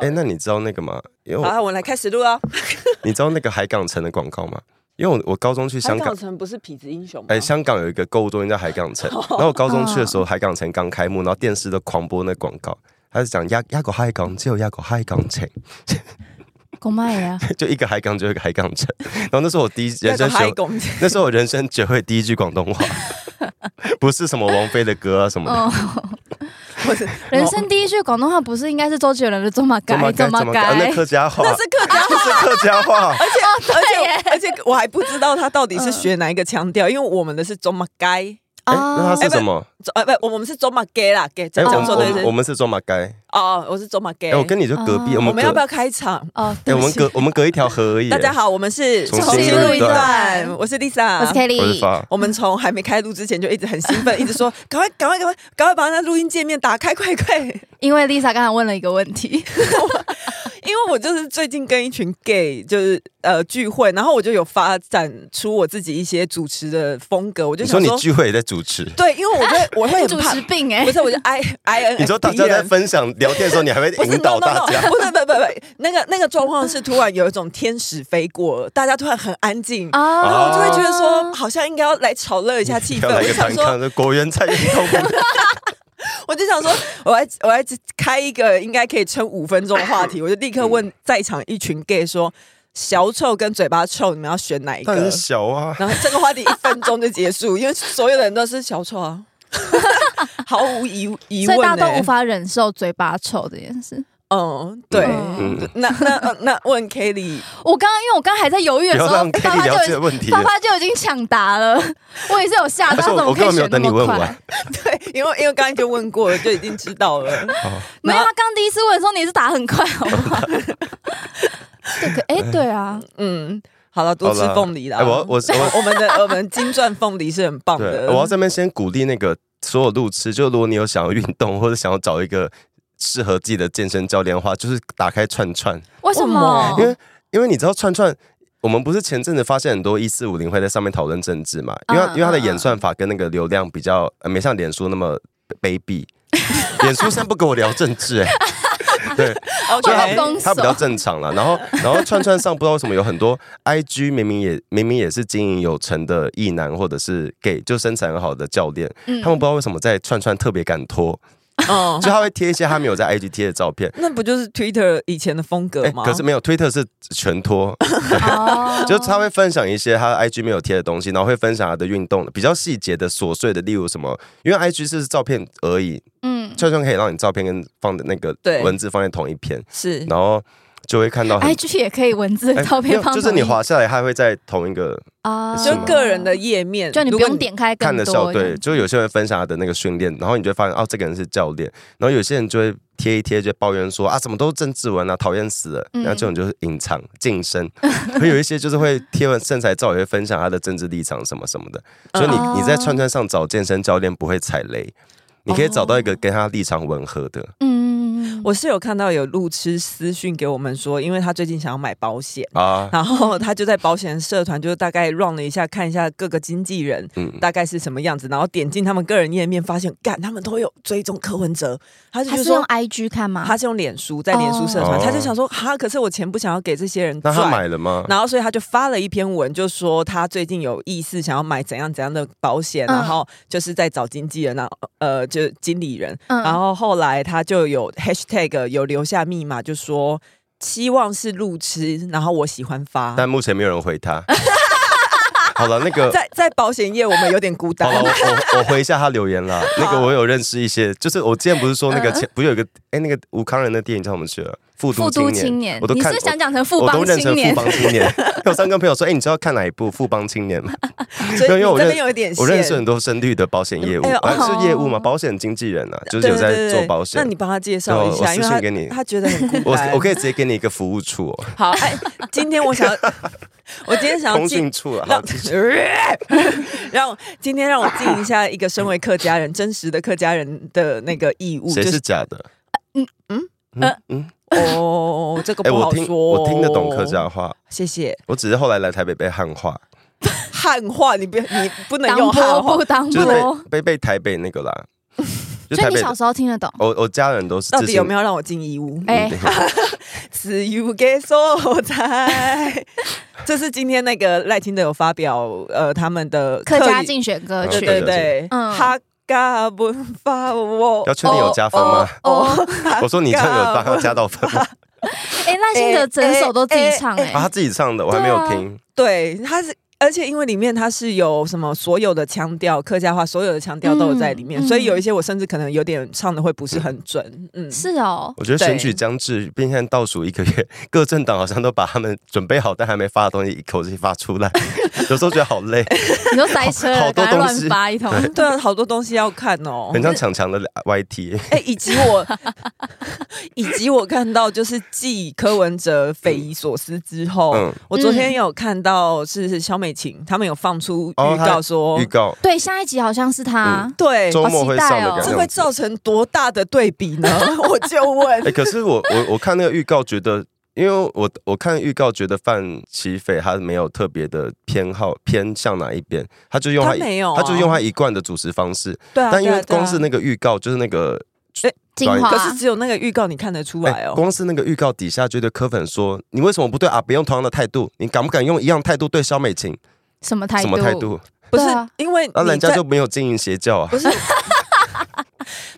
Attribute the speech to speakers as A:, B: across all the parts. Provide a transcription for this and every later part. A: 哎，那你知道那个吗？因为
B: 好，
A: 我
B: 啊我们来开始录啊。
A: 你知道那个海港城的广告吗？因为我我高中去香
B: 香
A: 港
B: 港，城不是痞子英雄吗？
A: 哎，香港有一个购物中心叫海港城，
B: 哦
A: 然后我高中去的时
C: 嗯
A: 候，海港城刚开幕，然后电视都狂播那广告，他是讲亚亚狗海港，只有亚狗海港城，
C: 公卖呀，
A: 就一个海港就有一个海港城。 然后那是我第一人
B: 那
A: 生
B: 个
A: 学
B: 海，公，
A: 那是我人生学会第一句广东话，不是什么王菲的歌啊什么的。
C: 哦，
B: 不是
C: 人生第一句广东话不是应该是周杰伦的《怎么
A: 怎
C: 改
A: 么
C: 怎
A: 改
C: 么
A: 怎么改？
C: 改
A: 啊》那客家话，
B: 那是客家
A: 那是客家 话。
B: 而且而且我还不知道他到底
C: 嗯
B: 是学哪一个腔调，因为我们的是中马街，
C: 哦
A: 哎，那它是
B: 哎不
A: 什么？
B: 中呃不，我们是中马街啦，给
A: 哎，
B: 讲
A: 我
C: 中
A: 们
C: 中
B: 错
A: 我
B: 对
A: 们我
B: 对
A: 们是中马街。
B: 哦，我是中马街
A: 哎，。我跟你就隔壁，我
C: 哦
B: 我
A: 们
B: 们要不
A: 隔
B: 要开场？
C: 哦，
A: 哎，
C: 对
A: 我
C: 不
A: 们
C: 起，
A: 隔我们隔一条河而已。
B: 大家好，我们是
A: 重
C: 新录一段
B: 我是 Lisa，
A: 嗯我
C: 我是
A: 是
C: 啊 Kelly，
A: 发，
B: 我们从还没开录之前就一直很兴奋，一直说赶快赶快赶快赶快把那录音界面打开，快快！因
C: 因为 Lisa 刚才问了一个问题，
B: 为我就是最近跟一群 gay 就是呃聚会，然后我就有发展出我自己一些主持的风格，我就
A: 你说
B: 想
A: 你
B: 说，
A: 聚会也在主持，
B: 对，因为我会我会很
C: 主
B: 怕
C: 持，病 哎
B: 不，是，我就 I I N，
A: 你说大家在分享聊天的时候，你还会
B: 不是
A: 引导
B: no, no,
A: 大
B: no,
A: 家。
B: 不是不不不，那个那个状况是突然有一种天使飞过，大家突然很安静，
C: 啊，
B: 然后我就会觉得说，
C: 哦，
B: 好像应该要来炒热一下气氛。
A: 要来
B: 我
A: 一
B: 就
A: 个
B: 想
A: 反
B: 说
A: 抗，，这果园菜园痛苦。
B: 我就想说，我来我来开一个应该可以撑五分钟的话题，我就立
A: 嗯
B: 刻问在场一群 gay 说，小丑跟嘴巴臭，你们要选哪一
A: 当
B: 个
A: 然是？小啊，
B: 然后这个话题一分钟就结束，因为所有人都是小丑啊， 毫无疑疑
C: 所
B: 问、
C: 以大
B: 欸，
C: 家都无法忍受嘴巴臭这件事。
B: 嗯，对。
C: 嗯
A: 嗯，
B: 那那那那问 Kelly，
C: 我刚刚因为我刚刚还在犹豫
A: 不
C: 的时
A: 要
C: 候，
A: 让
C: 爸
A: Kelly
C: 爸
A: 聊
C: 就已
A: 这个问题
C: 爸
A: 了。
C: 爸就已经抢答了，我也是有吓
A: 可是
C: 到，他
A: 我
C: 怎么
A: 我
C: 可
A: 根本
C: 以
A: 没有
C: 选那
A: 等你
C: 么
A: 问
C: 快
A: 完？，
B: 对，因为因为刚才就问过了，就已经知道了。
A: 哦
C: 没有，
B: 然后
C: 他刚第一次问的时候你是打很快，好不 好？这个哎，对啊，
B: 嗯，好了，多吃
A: 好啦
B: 凤梨啦。
A: 哎我我我
B: 我们的我们金钻凤梨是很棒
A: 对，
B: 的。
A: 我要这边先鼓励那个所有路痴，就如果你有想要运动或者想要找一个适合自己的健身教练的话，就是打开串串，
C: 为什
B: 为什
C: 么
B: 么？
A: 因为因为你知道串串。我们不是前阵子发现很多一四五零会在上面讨论政治嘛？因为它因
C: 嗯
A: 为它的
C: 嗯
A: 演算法跟那个流量比较，呃、没像脸书那么卑 鄙。脸书现在不跟我聊政治、哎，对，
C: 会
A: 所以
C: 被
A: 他
C: 封锁
A: 他比较正常了。然后，然后串串上不知道为什么有很多 IG 明明也明明也是经营有成的艺男或者是 gay，就身材很好的教练，
C: 嗯哦
A: 他们不知道为什么在串串特别敢拖，
B: 嗯
A: 就，他会贴一些他没有在 IG 贴的照片。
B: 那不就是 Twitter 以前的风格
A: 哎、
B: 吗？
A: 可是没有推特是全拖，
C: 哦
A: 就是他会分享一些他的 IG 没有贴的东西，然后会分享他的运动比较细节的琐碎的，例如什么，因为 IG 是照片而已，
C: 嗯
A: 串串可以让你照片跟放的那个
B: 对
A: 文字放在同一篇，
B: 是
A: 然后就会看到很
C: ，IG 哎也可以文字
A: 哎
C: 照
A: 没
C: 片
A: 有
C: 放同一，
A: 就是你滑下来，它会在同一个
C: 啊
A: 是
B: 就
A: 吗
B: 个人的，页面，
C: 就你
B: 如
C: 不
B: 果
C: 用。点开
A: 看
C: 更
A: 的时
C: 多
A: 候，
C: 这
A: 对，
C: 样。
A: 就有些人分享他的那个训练，然后你就会发现哦，这个人是教练，然后有些人就会贴一贴，就抱怨说啊，怎么都是政治文啊，讨厌死了。
C: 嗯
A: 然后这种就是隐藏晋升， 会有一些就是会贴完身材照，也会分享他的政治立场什么什么的。所以你、
C: 哦
A: 你在串串上找健身教练不会踩雷，你可以找到一
C: 哦
A: 个跟他立场吻合的。
C: 嗯，
B: 我是有看到有路痴私讯给我们说，因为他最近想要买保险，
A: 啊，
B: 然后他就在保险社团就大概 run 了一下，看一下各个经纪人
A: 嗯，
B: 大概是什么样子，然后点进他们个人页面，发现干他们都有追踪柯文哲，他就
C: 他
B: 觉得
C: 是用
B: 说
C: IG 看吗？
B: 他是用脸书在脸书社团，
A: 哦
B: 他就想说哈，可是我钱不想要给这些人
A: 那他
B: 赚
A: 买了吗？
B: 然后所以他就发了一篇文，就说他最近有意思想要买怎样怎样的保险，
C: 嗯
B: 然后就是在找经纪人，然后呃就是经理人，
C: 嗯
B: 然后后来他就有 hashtag 有留下密码，就说。希望是路痴，然后我喜欢发。
A: 但目前没有人回他。 好了，那个
B: 在在保险业，我们有点孤
A: 好了，我
B: 单。
A: 我我回一下他留言啦。 那个我有认识一些，就是我之前不是说那
B: 嗯
A: 个前不是有一个哎、那个吴康仁的电影叫什么去了？复
C: 复
A: 读
C: 都
A: 青
C: 青
A: 年
C: 年，，
A: 我都
C: 你
A: 看
C: 是想讲成
A: 我
C: 富
A: 我都
C: 邦
A: 认成
C: 青
A: 富
C: 年？
A: 邦青年。 我三跟朋友说，哎、你知道看哪一部《富邦青年》吗？
B: 所
A: 没
B: 以
A: 有
B: 你
A: 我
B: 这
A: 认
B: 边有一点
A: 我认识
B: 线
A: 很多深绿的保险业务，
B: 哎呦
A: 啊
C: 哦
A: 是业务嘛，保险经纪人啊，就是有
B: 对对
A: 在
B: 对
A: 做
B: 对
A: 保险
B: 那。你帮他介绍
A: 对
B: 一
A: 我
B: 下，
A: 私
B: 因为
A: 信
B: 他
A: 给你
B: 他觉得很孤
A: 我
B: 单。
A: 我可以直接给你一个服务处、哦，
B: 好，哎，今天我想 要，我今天想要
A: 通
B: 进
A: 讯处啊。
B: 让 让我今天让我尽一下一个身为客家人真实的客家人的那个义务，
A: 谁
B: 就是
A: 假的？
C: 嗯
B: 嗯
A: 嗯嗯，
B: 哦，这个
A: 哎、
B: 不
A: 我
B: 好
A: 听
B: 说哦、
A: 我听得懂客家话，
B: 谢谢
A: 我只是后来来台北被汉化，
B: 汉话，你不你不能
C: 当
B: 用汉
C: 播
B: 话
C: 不，当
A: 就是
C: 播，
A: 被被被台北那个啦，就
C: 哦所
A: 台
C: 以你
A: 北
C: 小
A: 的，
C: 时候听得懂？
A: 我我家人都是
B: 到
A: 自
B: 底
A: 行
B: 有没有让我进义乌？
A: 嗯
C: 哎、
B: 自由给所在， 这是今天那个赖清德有发表呃他们的
C: 客家
B: 语
C: 竞选歌
B: 对
A: 啊
C: 曲，
B: 对对，
C: 嗯
B: 哈嘎文法我
A: 要确定有加分吗？
C: 哦，
A: 我说你这 有帮他加到分吗？
C: 哎，赖幸德整首都自己唱、
A: 啊，
C: 哎、
A: 他自己唱的，我还没有
C: 对啊
A: 听。
B: 对，它是，而且因为里面它是有什么所有的腔调，客家话所有的腔调都有在里面，
C: 嗯嗯
B: 所以有一些我甚至可能有点唱的会不是很准，嗯，
C: 是 哦，
A: 我觉得选举将至，并现在倒数一个月，各政党好像都把他们准备好但还没发的东西一口气发出来， 有时候觉得好累，
C: 你都塞车
A: 好
C: 了，
A: 好多
C: 赶快
A: 东西
C: 乱发一通。
B: 对啊，好多东西要看哦
A: 很。像强强的 YT。
B: 哎、以及我， 以及我看到就是继柯文哲匪夷所思之后，
A: 嗯
B: 我昨天有看到是肖美琴他们有放出预告说，
A: 哦预告
C: 对，下一集好像是他，
A: 嗯
B: 对，
A: 周末会上的感
C: 哦好期待哦
B: 这
A: 觉
B: 会。造成多大的对比呢？ 我就
A: 哎、
B: 问，
A: 可是我我我看那个预告，觉得，因为我我看预告觉得范奇斐他没有特别的偏好偏向哪一边，他就用
B: 他
A: 他
B: 没
C: 哦
B: 有啊、
A: 他就用他一贯的主持方式，
B: 对啊，
A: 但因为
B: 对啊
A: 光是那个预告就是那个
C: 进
A: 对
C: 化。
B: 可是只有那个预告你看得出来
A: 哎
B: 哦。
A: 光是那个预告底下就对柯粉说：“你为什么不对阿啊不用同样的态度？你敢不敢用一样态度对肖美琴？
C: 什么态
A: 什么态？度？
B: 不是
C: 对啊
B: 因为
A: 那、
B: 你
A: 人家
B: 在
A: 就没有经营邪教 啊
B: 不是。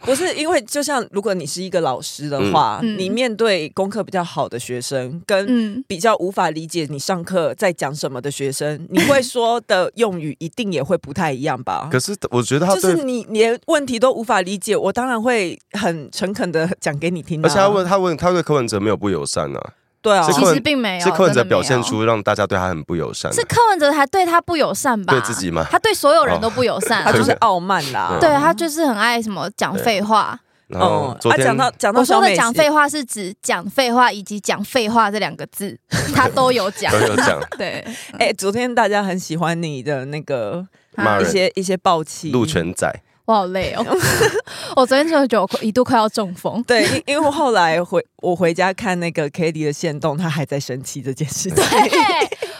B: 不是因为，就像如果你是一个老师的话，
C: 嗯嗯
B: 你面对功课比较好的学生，跟
C: 嗯，
B: 比较无法理解你上课在讲什么的学生，你会说的用语一定也会不太一样
C: 嗯
B: 吧？
A: 可是我觉得他
B: 就
A: 对，
C: 啊
B: 是你连问题都无法理解，我当然会很诚恳的讲给你听、啊。
A: 而且他问他问他对柯文哲没有不友善啊，
B: 对啊
A: 是，
C: 其
A: 柯
C: 实
A: 文
C: 并没有，
A: 是柯文哲
C: 真的没
A: 表
C: 有
A: 现出让大家对他很不友善、啊。
C: 是柯文哲还对他不友善吧？
A: 对自己吗
C: 他对所有人都不 友善、
B: 他
C: 啊
A: 哦。
B: 就是傲慢啦。
A: 嗯
C: 对他就是很爱什么讲废话。
A: 然
C: 哦
A: 后昨
B: 他
A: 天、
B: 啊讲到讲到
C: 我
B: 小
C: 说
B: 美
C: 的
B: 琴
C: 讲废话是指讲废话以及讲废话这两个 字，他都有讲
A: 都。有讲
C: 对，
B: 哎、昨天大家很喜欢你的那个
A: 骂
B: 一
A: 人
B: 些一些暴气，
A: 鹿泉仔，
C: 啊我好累哦， 我昨天真的觉得我快一度快要中风。
B: 对，因因为我后来回我回家看那个 k a t i e 的线动，他还在生气这件事情。
C: 对，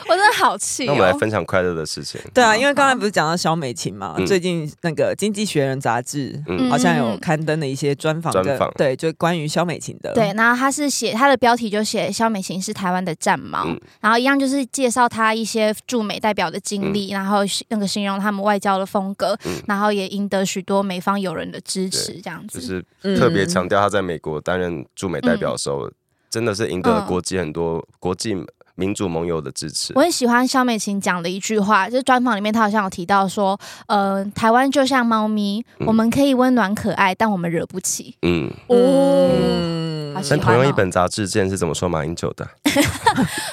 C: 我真的好气
A: 那我们来
C: 哦。
A: 分享快乐的事情。
B: 对啊，
C: 好
B: 因为刚才不是讲到肖美琴嘛，
A: 嗯
B: 最近那个《经济学人》杂志
A: 嗯
B: 好像有
C: 嗯
B: 刊登了一些专访
A: 专
B: 跟
A: 访
B: 对，就关于肖美琴的。
C: 对，然后他是写他的标题就写肖美琴是台湾的战猫，
A: 嗯
C: 然后一样就是介绍他一些驻美代表的经历，然后那个形容他们外交的风格，
A: 嗯
C: 然后也赢得许多美方友人的支持，这样子。
A: 就是
B: 嗯
A: 特别强调他在美国担任驻美代表的时候，真的是赢得国际很多、国际民主盟友的支持
C: 我。很喜欢肖美琴讲的一句话，就是专访里面她好像有提到说，呃，台湾就像猫咪，
A: 嗯
C: 我们可以温暖可爱，但我们惹不起。
A: 嗯，
C: 哦，
B: 嗯
C: 好喜
A: 但
C: 欢
A: 同样
C: 哦
A: 一本杂志之前是怎么说马英九的？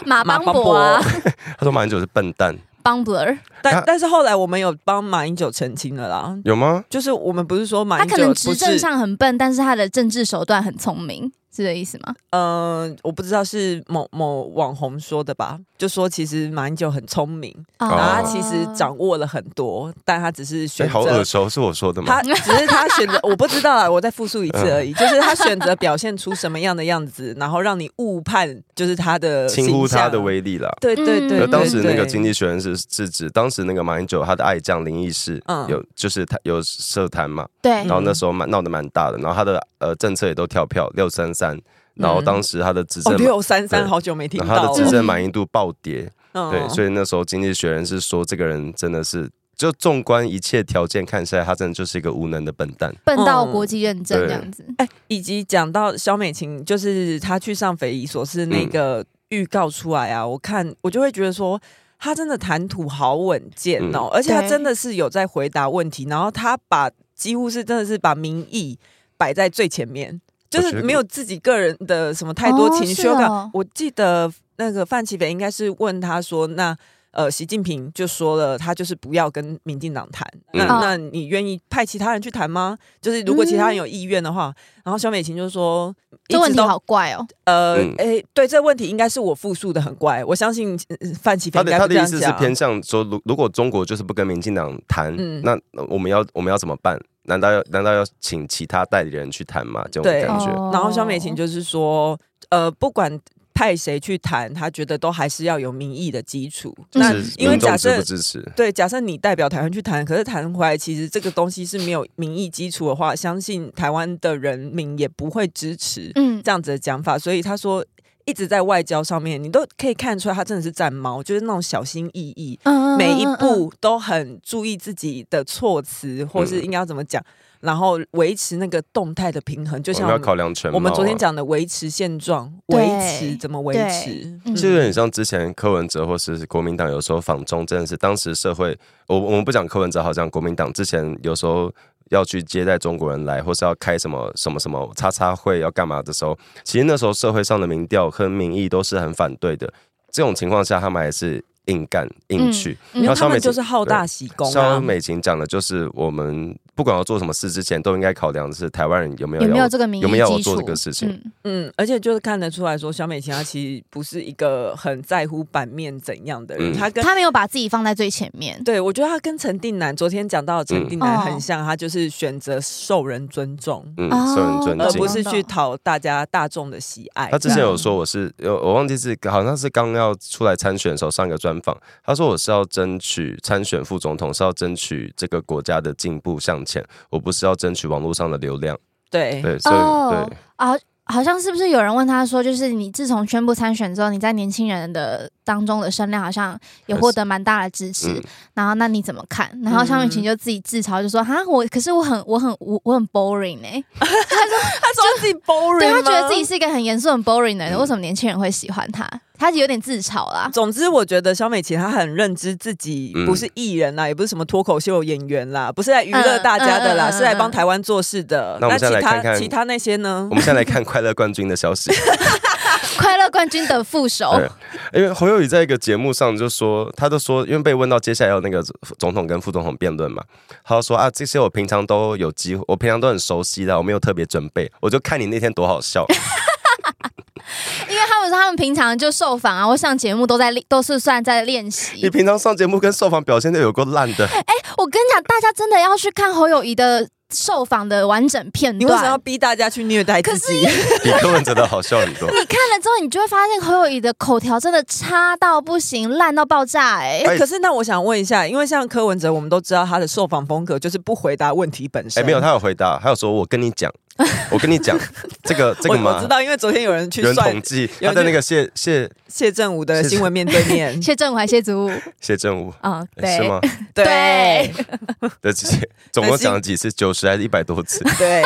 C: 马
B: 马
C: 邦
B: 邦
C: 博啊
A: 他说马英九是笨蛋，
C: ，Bumbler，
A: 他
B: 但但是后来我们有帮马英九澄清了啦，
A: 有吗？
B: 就是我们不是说马
C: 他
B: 英九
C: 可能
B: 不
C: 执
B: 是
C: 政上很笨，但是他的政治手段很聪明，是这意思吗？
B: 嗯，我不知道是某某网红说的吧，就说其实马英九很聪明，
A: 哦
B: 啊然后他其实掌握了很多，但他只是
A: 哎、
B: 选
A: 好哦耳
B: 择。
A: 熟，是我说的吗
B: 他？只是他选择，我不知道啊，我再复述一次
A: 嗯
B: 而已。就是他选择表现出什么样的样子，然后让你误判，就是他的
A: 轻忽
B: 形象
A: 他的。威力啦。
B: 对对对
C: 嗯
A: 那
B: 对，
A: 当时那个《经
B: 济，
A: 济学人是》是指当时那个马英九他的爱将林义士、
B: 嗯哎
A: 有就是他有社坛嘛，
C: 对
A: 然，后那时候蛮闹得蛮大的，然后他的呃政策也都跳票六三三，然后当时他的执
B: 嗯哦
A: 政，
B: 六三三
A: 对
B: 好久没听
A: 然后他的
B: 到了，
A: 执
C: 是
A: 政满意度暴跌，
B: 嗯
C: 哦
A: 对，所以那时候《经济学人》是说这个人真的是。就纵观一切条件看下来，他真的就是一个无能的笨蛋。
C: 笨到
B: 嗯
C: 国际认证
A: 对
C: 这样子。
B: 哎，以及讲到肖美琴，就是她去上匪夷所思
A: 嗯
B: 那个预告出来啊，我看我就会觉得说。她真的谈吐好稳健
A: 嗯
B: 哦，而且她
C: 对
B: 真的是有在回答问题，然后她把几乎是真的是把民意摆在最前面，就
A: 我觉
B: 是
A: 得
B: 没有自己个人的什么太多
C: 哦
B: 情绪
C: 是
B: 感。
C: 哦
B: 我记得那个范琪斐应该是问他说：“那呃，习近平就说了，他就是不要跟民进党谈，那、
C: 嗯
B: 那你愿意派其他人去谈吗？就是如果其他人有意愿的话。然后肖美琴就说：“
C: 嗯这问
B: 一直
C: 题
B: 都
C: 好怪哦，
B: 呃，
A: 嗯
B: 诶，对，这问题应该是我复述的很怪，我相信呃范琪斐
A: 他
B: 应
A: 的
B: 该
A: 他的
B: 不这
A: 意
B: 样
A: 思是
B: 讲。
A: 偏向说，如如果中国就是不跟民进党谈，
B: 嗯
A: 那我们要我们要怎么办？难道要难道要请其他代理人去谈吗？这种
B: 对
A: 感觉。
C: 哦
B: 然后肖美琴就是说，呃，不管派谁去谈，他觉得都还是要有民意的基础。
C: 嗯
B: 那
A: 是
B: 因为
A: 民众
B: 假
A: 支
B: 设
A: 不支持？
B: 对，假设你代表台湾去谈，可是谈回来，其实这个东西是没有民意基础的话，相信台湾的人民也不会支持
C: 嗯，
B: 这样子的讲法。所以他说，一直在外交上面，你都可以看出来，他真的是战猫，就是那种小心翼翼，
C: 嗯
B: 每一，步都很注意自己的措辞，或
A: 嗯
B: 是应该要怎么讲，然后维持那个动态的平衡，就
A: 我
B: 像
A: 们要考量全貌啊。
B: 我们昨天讲的维持现状，
C: 对
B: 维持怎么维
C: 对
B: 持？
C: 嗯
A: 就有点像之前柯文哲或是国民党有时候访中，真的是当时社会，我我们不讲柯文哲，好像国民党之前有时候要去接待中国人来，或是要开什么什么什么叉叉会要干嘛的时候，其实那时候社会上的民调和民意都是很反对的。这种情况下，他们还是硬干硬去。
B: 因
C: 嗯
B: 为
A: 然后
B: 他
A: 肖美
B: 们就
A: 琴
B: 是好大喜功啊
A: 肖！美琴讲的就是，我们不管要做什么事之前，都应该考量的是台湾人有没有
C: 有没
A: 要
C: 有这个民意
A: 有没有要我
C: 基
A: 做
C: 础？
A: 这个事情
C: 嗯
B: 嗯，而且就是看得出来说，小美琴她其实不是一个很在乎版面怎样的人，
A: 嗯
B: 她跟
C: 他没有把自己放在最前面。
B: 对我觉得她跟陈定南昨天讲到的陈定
C: 嗯
B: 南
C: 哦
B: 很像，她就是选择受人尊重，
A: 嗯
C: 哦
A: 受人尊
B: 而
A: 敬，
B: 不是去讨大家大众的喜爱。
A: 他之前
C: 对
A: 有说我是，有我忘记是好像是刚要出来参选的时候上一个专访，他说我是要争取参选副总统，是要争取这个国家的进步向前，我不是要争取网络上的流量。
B: 对
A: 对，所以、
C: 哦啊，好像是不是有人问他说，就是你自从宣布参选之后，你在年轻人的当中的声量好像也获得蛮大的支持，
A: 对，嗯，
C: 然后那你怎么看？然后肖雨晴就自己自嘲就
B: 嗯
C: 说：“哈、我可是我很我很我我很 boring 哎、
B: 他说自己 boring，
C: 对他觉得
B: 吗
C: 自己是一个很严肃很 boring 的人，
A: 嗯
C: 为什么年轻人会喜欢他？他有点自嘲啦。
B: 总之，我觉得肖美琪她很认知自己
A: 嗯
B: 不是艺人啦，也不是什么脱口秀演员啦，不是来娱乐大家的啦，
C: 嗯嗯嗯嗯
B: 是来帮台湾做事的。
A: 那我们
B: 其
A: 现在来
B: 他
A: 看看
B: 其他那些呢
A: 我？们先来看快乐冠军的消息。
C: 快乐冠军的副手，
A: 对因为侯友谊在一个节目上就说，他就说，因为被问到接下来要那个总统跟副总统辩论嘛，他就说啊，这些我平常都有机会，我平常都很熟悉的，我没有特别准备，我就看你那天多好笑。
C: 因为他们说他们平常就受访啊，或上节目都在练，都是算在练
A: 你
C: 习。
A: 平常上节目跟受访表现的有够烂的，
C: 我跟你讲，大家真的要去看侯友谊的受访的完整片
B: 你为什么要
C: 段。
B: 逼大家去虐待自己？
A: 比柯文哲的好笑 很多。
C: 你看了之后，你就会发现侯友谊的口条真的差到不行，烂到爆炸、哎、，
A: 哎
B: 可是那我想问一下，因为像柯文哲，我们都知道他的受访风格就是不回答问题本
A: 哎、
B: 身。
A: 没有，他有回答，他有说我跟你讲，我跟你讲，这 个这
B: 我
A: 个
B: 我知
A: 嘛，
B: 道，因为昨天有人去
A: 有人
B: 算
A: 统计，
B: 有人
A: 他在那个谢谢
B: 谢振武的
A: 谢
B: 新闻面对面
C: 谢振武还是谢祖武
A: 谢振武。
C: 啊、
A: 哎
C: 对，
A: 是吗？
B: 对
C: 对
A: 对，这些总共讲了几次？九十还是一百多 次？
B: 对，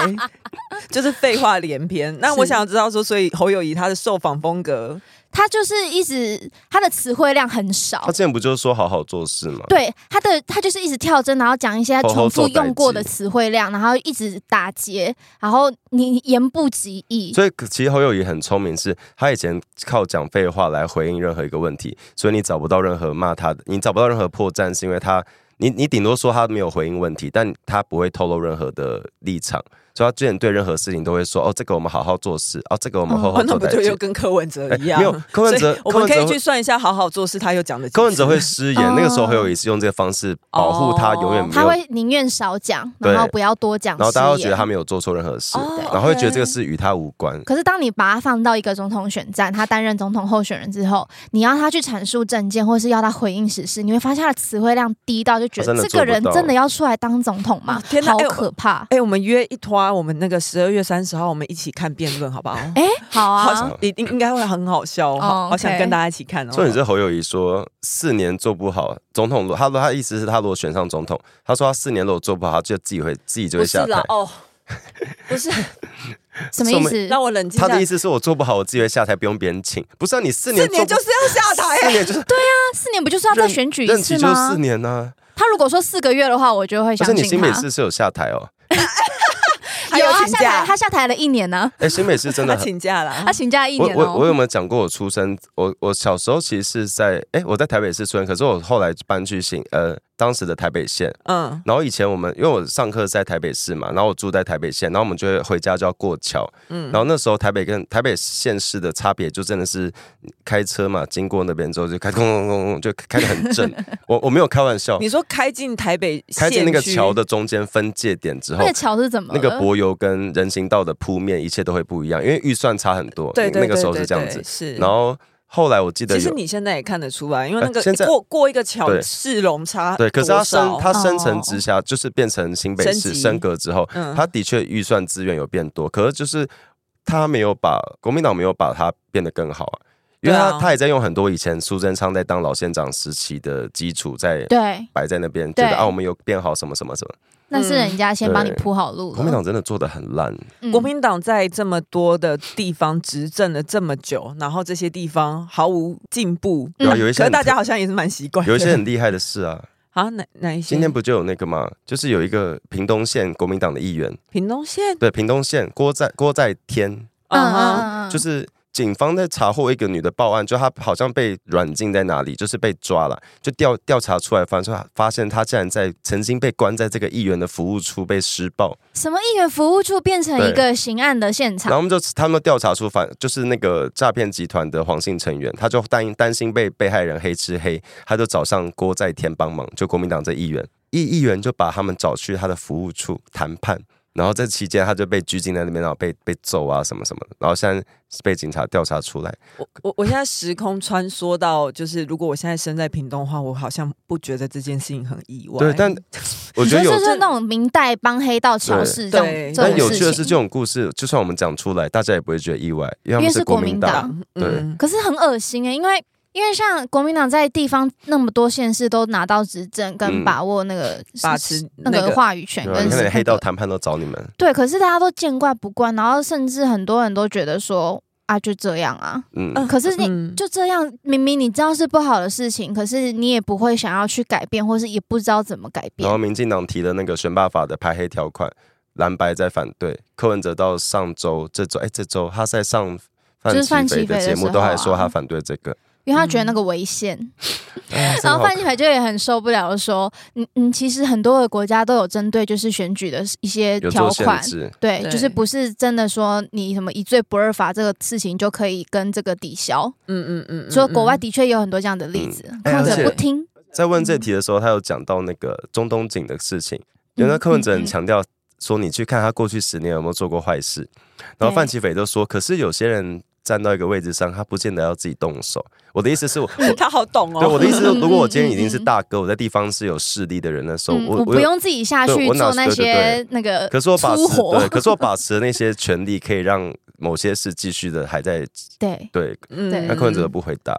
B: 就是废话连篇。那我想知道说，所以侯友谊他的受访风格，
C: 他就是一直他的词汇量很少
A: 他，之前不就是说好好做事吗？
C: 对他的他就是一直跳针，然后讲一些他
A: 吼吼
C: 重复
A: 做代
C: 用过
A: 际
C: 的词汇量，然后一直打结，然后你言不及义。
A: 所以其实侯友谊很聪明，是他以前靠讲废话来回应任何一个问题，所以你找不到任何骂他的，你找不到任何破绽，是因为他，你你顶多说他没有回应问题，但他不会透露任何的立场，所以他之前对任何事情都会说，哦，这个我们好好做事，哦，这个我们好
B: 哦
A: 好，
B: 那
A: 做
B: 不
A: 代
B: 就
A: 际
B: 又跟柯文哲一样？
A: 没有柯文哲
B: 所以，我
A: 柯
B: 们
A: 文
B: 可
A: 哲
B: 以
A: 会
B: 去算一下，好好做事，他有讲的。
A: 柯文哲会失言，那个时候侯友谊是用这个方式保护他，
B: 哦
A: 永远没
C: 他
A: 有。
C: 会宁愿少讲，然后
A: 对
C: 不要多讲。
A: 然后大家会觉得他。没有做错任何事，
B: 哦
A: 然后会
B: OK
A: 觉得这个事与他无关。
C: 可是当你把他放到一个总统选战，他担任总统候选人之后，你要他去阐述政见，或是要他回应时事，你会发现他的词汇量低到就觉
A: 他
C: 得
A: 真的
C: 这
A: 做
C: 个
A: 不
C: 人
A: 到
C: 真的要出来当总统
B: 哦？
C: 吗
B: 天哪
C: 好
B: 哎我
C: 可怕！
B: 哎、我们约一拖，我们那个十二月三十号，我们一起看辩论，好不好？
C: 哎，好
B: 好
C: 啊
B: 像，你应应该会很好笑，哦，好
C: 哦
B: 好想
C: OK
B: 跟大家一起看哦。
A: 所以你是侯友谊说四年做不好总统，他他意思是他如果选上总统，他说他四年如果做不好，他就自己会自己就
B: 不
A: 会
B: 是
A: 下
B: 啦
A: 台。
B: 哦，不 是，
C: 什么
A: 所以
C: 意
A: 我们
C: 思？
B: 让我冷静
A: 他
B: 一下
A: 的意。思是我做不好，我自己会下台，不用别人请。不是、啊、你四年
B: 四
A: 做
B: 年
A: 不
B: 就是要下 台、
A: 四年就是
C: 那四年不就是要啊再
A: 任
C: 选举一
A: 任期
C: 次
A: 就是
C: 吗
A: 四？年呢、
C: 他如果说四个月的话，我就会
A: 而且
C: 相
A: 你新
C: 信
A: 北
C: 他。
A: 市是有下台哦，
B: 还
C: 有
B: 有
C: 啊他
B: 请
C: 下台，
B: 假，
C: 他下台了一年呢、
A: 哎，新北市真的
B: 他
A: 很
B: 请假了。
C: 他请假一
A: 我
C: 年
A: 我
C: 哦、
A: 我有没有讲过我出生？我我小时候其实是在哎、我在台北市出生，可是我后来搬去新呃当时的台北县。
B: 嗯，
A: 然后以前我们因为我上课是在台北市嘛，然后我住在台北县，然后我们就会回家就要过桥，嗯，然后那时候台北跟台北县市的差别就真的是开车嘛，经过那边之后就开轰轰轰轰，就开得很 正，我我没有开玩笑，
B: 你说开进台北
A: 哦开进那个
B: 县区
A: 桥的中间分界点之后
C: 那个，桥是怎么
A: 那
C: 了？
A: 个柏油跟人行道的铺面一切都会不一样，因为预算差很多，
B: 对对
A: 那个时候
B: 对
A: 是
B: 对
A: 这样
B: 对
A: 子，
B: 是，
A: 然后后来我记得
B: 其实
A: 有。
B: 你现在也看得出来，因为那个、
A: 呃现在
B: 过过一个桥
A: 对
B: 市容差
A: 对，可是它
B: 啊多
A: 升
B: 少嗯
A: 它升层
C: 哦
A: 之下，就是变成新北
B: 升
A: 市
B: 级
A: 升格之后，
B: 嗯
A: 它的确预算资源有变多，可是就是它没有把国民党没有把它变得更好啊，因为
B: 对
A: 它、
B: 啊
A: 它也在用很多以前苏贞昌在当老县长时期的基础在
C: 对，
A: 摆在那边，觉
C: 对
A: 得啊我们有变好什么什么什么，
C: 那是人家先帮你
A: 对
C: 铺好路了。
A: 国民党真的做的很烂，
C: 嗯
B: 国民党在这么多的地方执政了这么久，然后这些地方毫无进步，
A: 然后啊
C: 嗯
A: 有一些
B: 可是
A: 很
B: 大家好像也是蛮习惯的。
A: 有 一些很厉害的事啊，
B: 啊，哪哪一些？
A: 今天不就有那个嘛，就是有一个屏东县国民党的议员，
B: 屏东县，
A: 对，屏东县郭在郭在天，
C: 嗯嗯
B: 嗯哼，
C: 嗯嗯，
A: 啊就是警方在查获一个女的报案，就她好像被软禁在哪里，就是被抓了，就调调查出来，发现发现她竟然在曾经被关在这个议员的服务处被施暴，
C: 什么议员服务处变成一个刑案的现
A: 然后
C: 场？
A: 他们就他们调查出反就是那个诈骗集团的黄姓成员，他就担担心被被害人黑吃黑，他就找上郭在天帮忙，就国民党这议员，议议员就把他们找去他的服务处谈判。然后这期间，他就被拘禁在那边，然后被被揍啊什么什么的，然后现在是被警察调查出来。
B: 我我我现在时空穿梭到，就是如果我现在身在屏东的话，我好像不觉得这件事情很意外。
A: 对， 但我
C: 你
A: 觉得
C: 说
A: 有
C: 是是那种明代帮黑道乔事这
B: 对
C: 种
A: 但
C: 这
A: 有
C: 种
A: 趣的
C: 事
A: 是，
C: 情，
A: 这种故事就算我们讲出来，大家也不会觉得意外，因为他们是国民
C: 因为是国
A: 党。
B: 嗯
A: 对
C: 可是很恶心哎、因为因为像国民党在地方那么多县市都拿到执政跟
A: 嗯
C: 把握那个、
B: 把持
C: 那
B: 那
C: 个
B: 个
C: 话语权
A: 对吧？
C: 跟
A: 你看，
C: 嗯是
A: 连黑道谈判都找你们，
C: 对，可是大家都见怪不怪，然后甚至很多人都觉得说啊就这样啊，
A: 嗯，
B: 嗯
C: 可是你
B: 嗯
C: 就这样，明明你知道是不好的事情，可是你也不会想要去改变，或是也不知道怎么改
A: 然后
C: 变。
A: 民进党提了那个选罢法的排黑条款，蓝白在反对。柯文哲到上周这周，哎，这周他在上范
C: 就是范
A: 琪
C: 琪
A: 的
C: 斐的
A: 节目
C: 时
A: 都还
C: 候
A: 说他
C: 啊
A: 反对这个，
C: 因为他觉得那个危险，
A: 哎嗯真
C: 然
A: 的
C: 后
A: 好
C: 范金培就也很受不了说，嗯嗯，其实很多的国家都有针对就是选举的一些
A: 有
C: 条
A: 做限
C: 款，
A: 制。
C: 对，
B: 对
C: 就是不是真的说你什么一罪不二法这个事情就可以跟这个抵消。
B: 嗯嗯嗯，
C: 所以国外
B: 嗯
C: 的确有很多这样的例子，
A: 哎
C: 或
A: 而
C: 者
A: 且
C: 不听，
A: 在问
C: 嗯
A: 这题的时候，他有讲到那个中东锦的事情，因
C: 嗯
A: 为那柯文哲很强调说，你去看他过去十年有没有做过坏事。然后范奇斐就说，可是有些人站到一个位置上，他不见得要自己动手。我的意思是 我，我
B: 他好懂哦。
A: 对我的意思是，
C: 嗯嗯
A: 如果我今天已经是
C: 嗯嗯
A: 大哥，我在地方是有势力的人的时候，
C: 嗯，
A: 我
C: 我不
A: 有。
C: 用自己下
A: 对
C: 去
A: 我哪
C: 做那
A: 对对
C: 些那个
A: 可是我把持
C: 粗活
A: 对，，可 是我把持的那些权利，可以让某些事继续的还在
C: 对，
A: 对。
B: 嗯
C: 对
A: 那柯文哲不回答，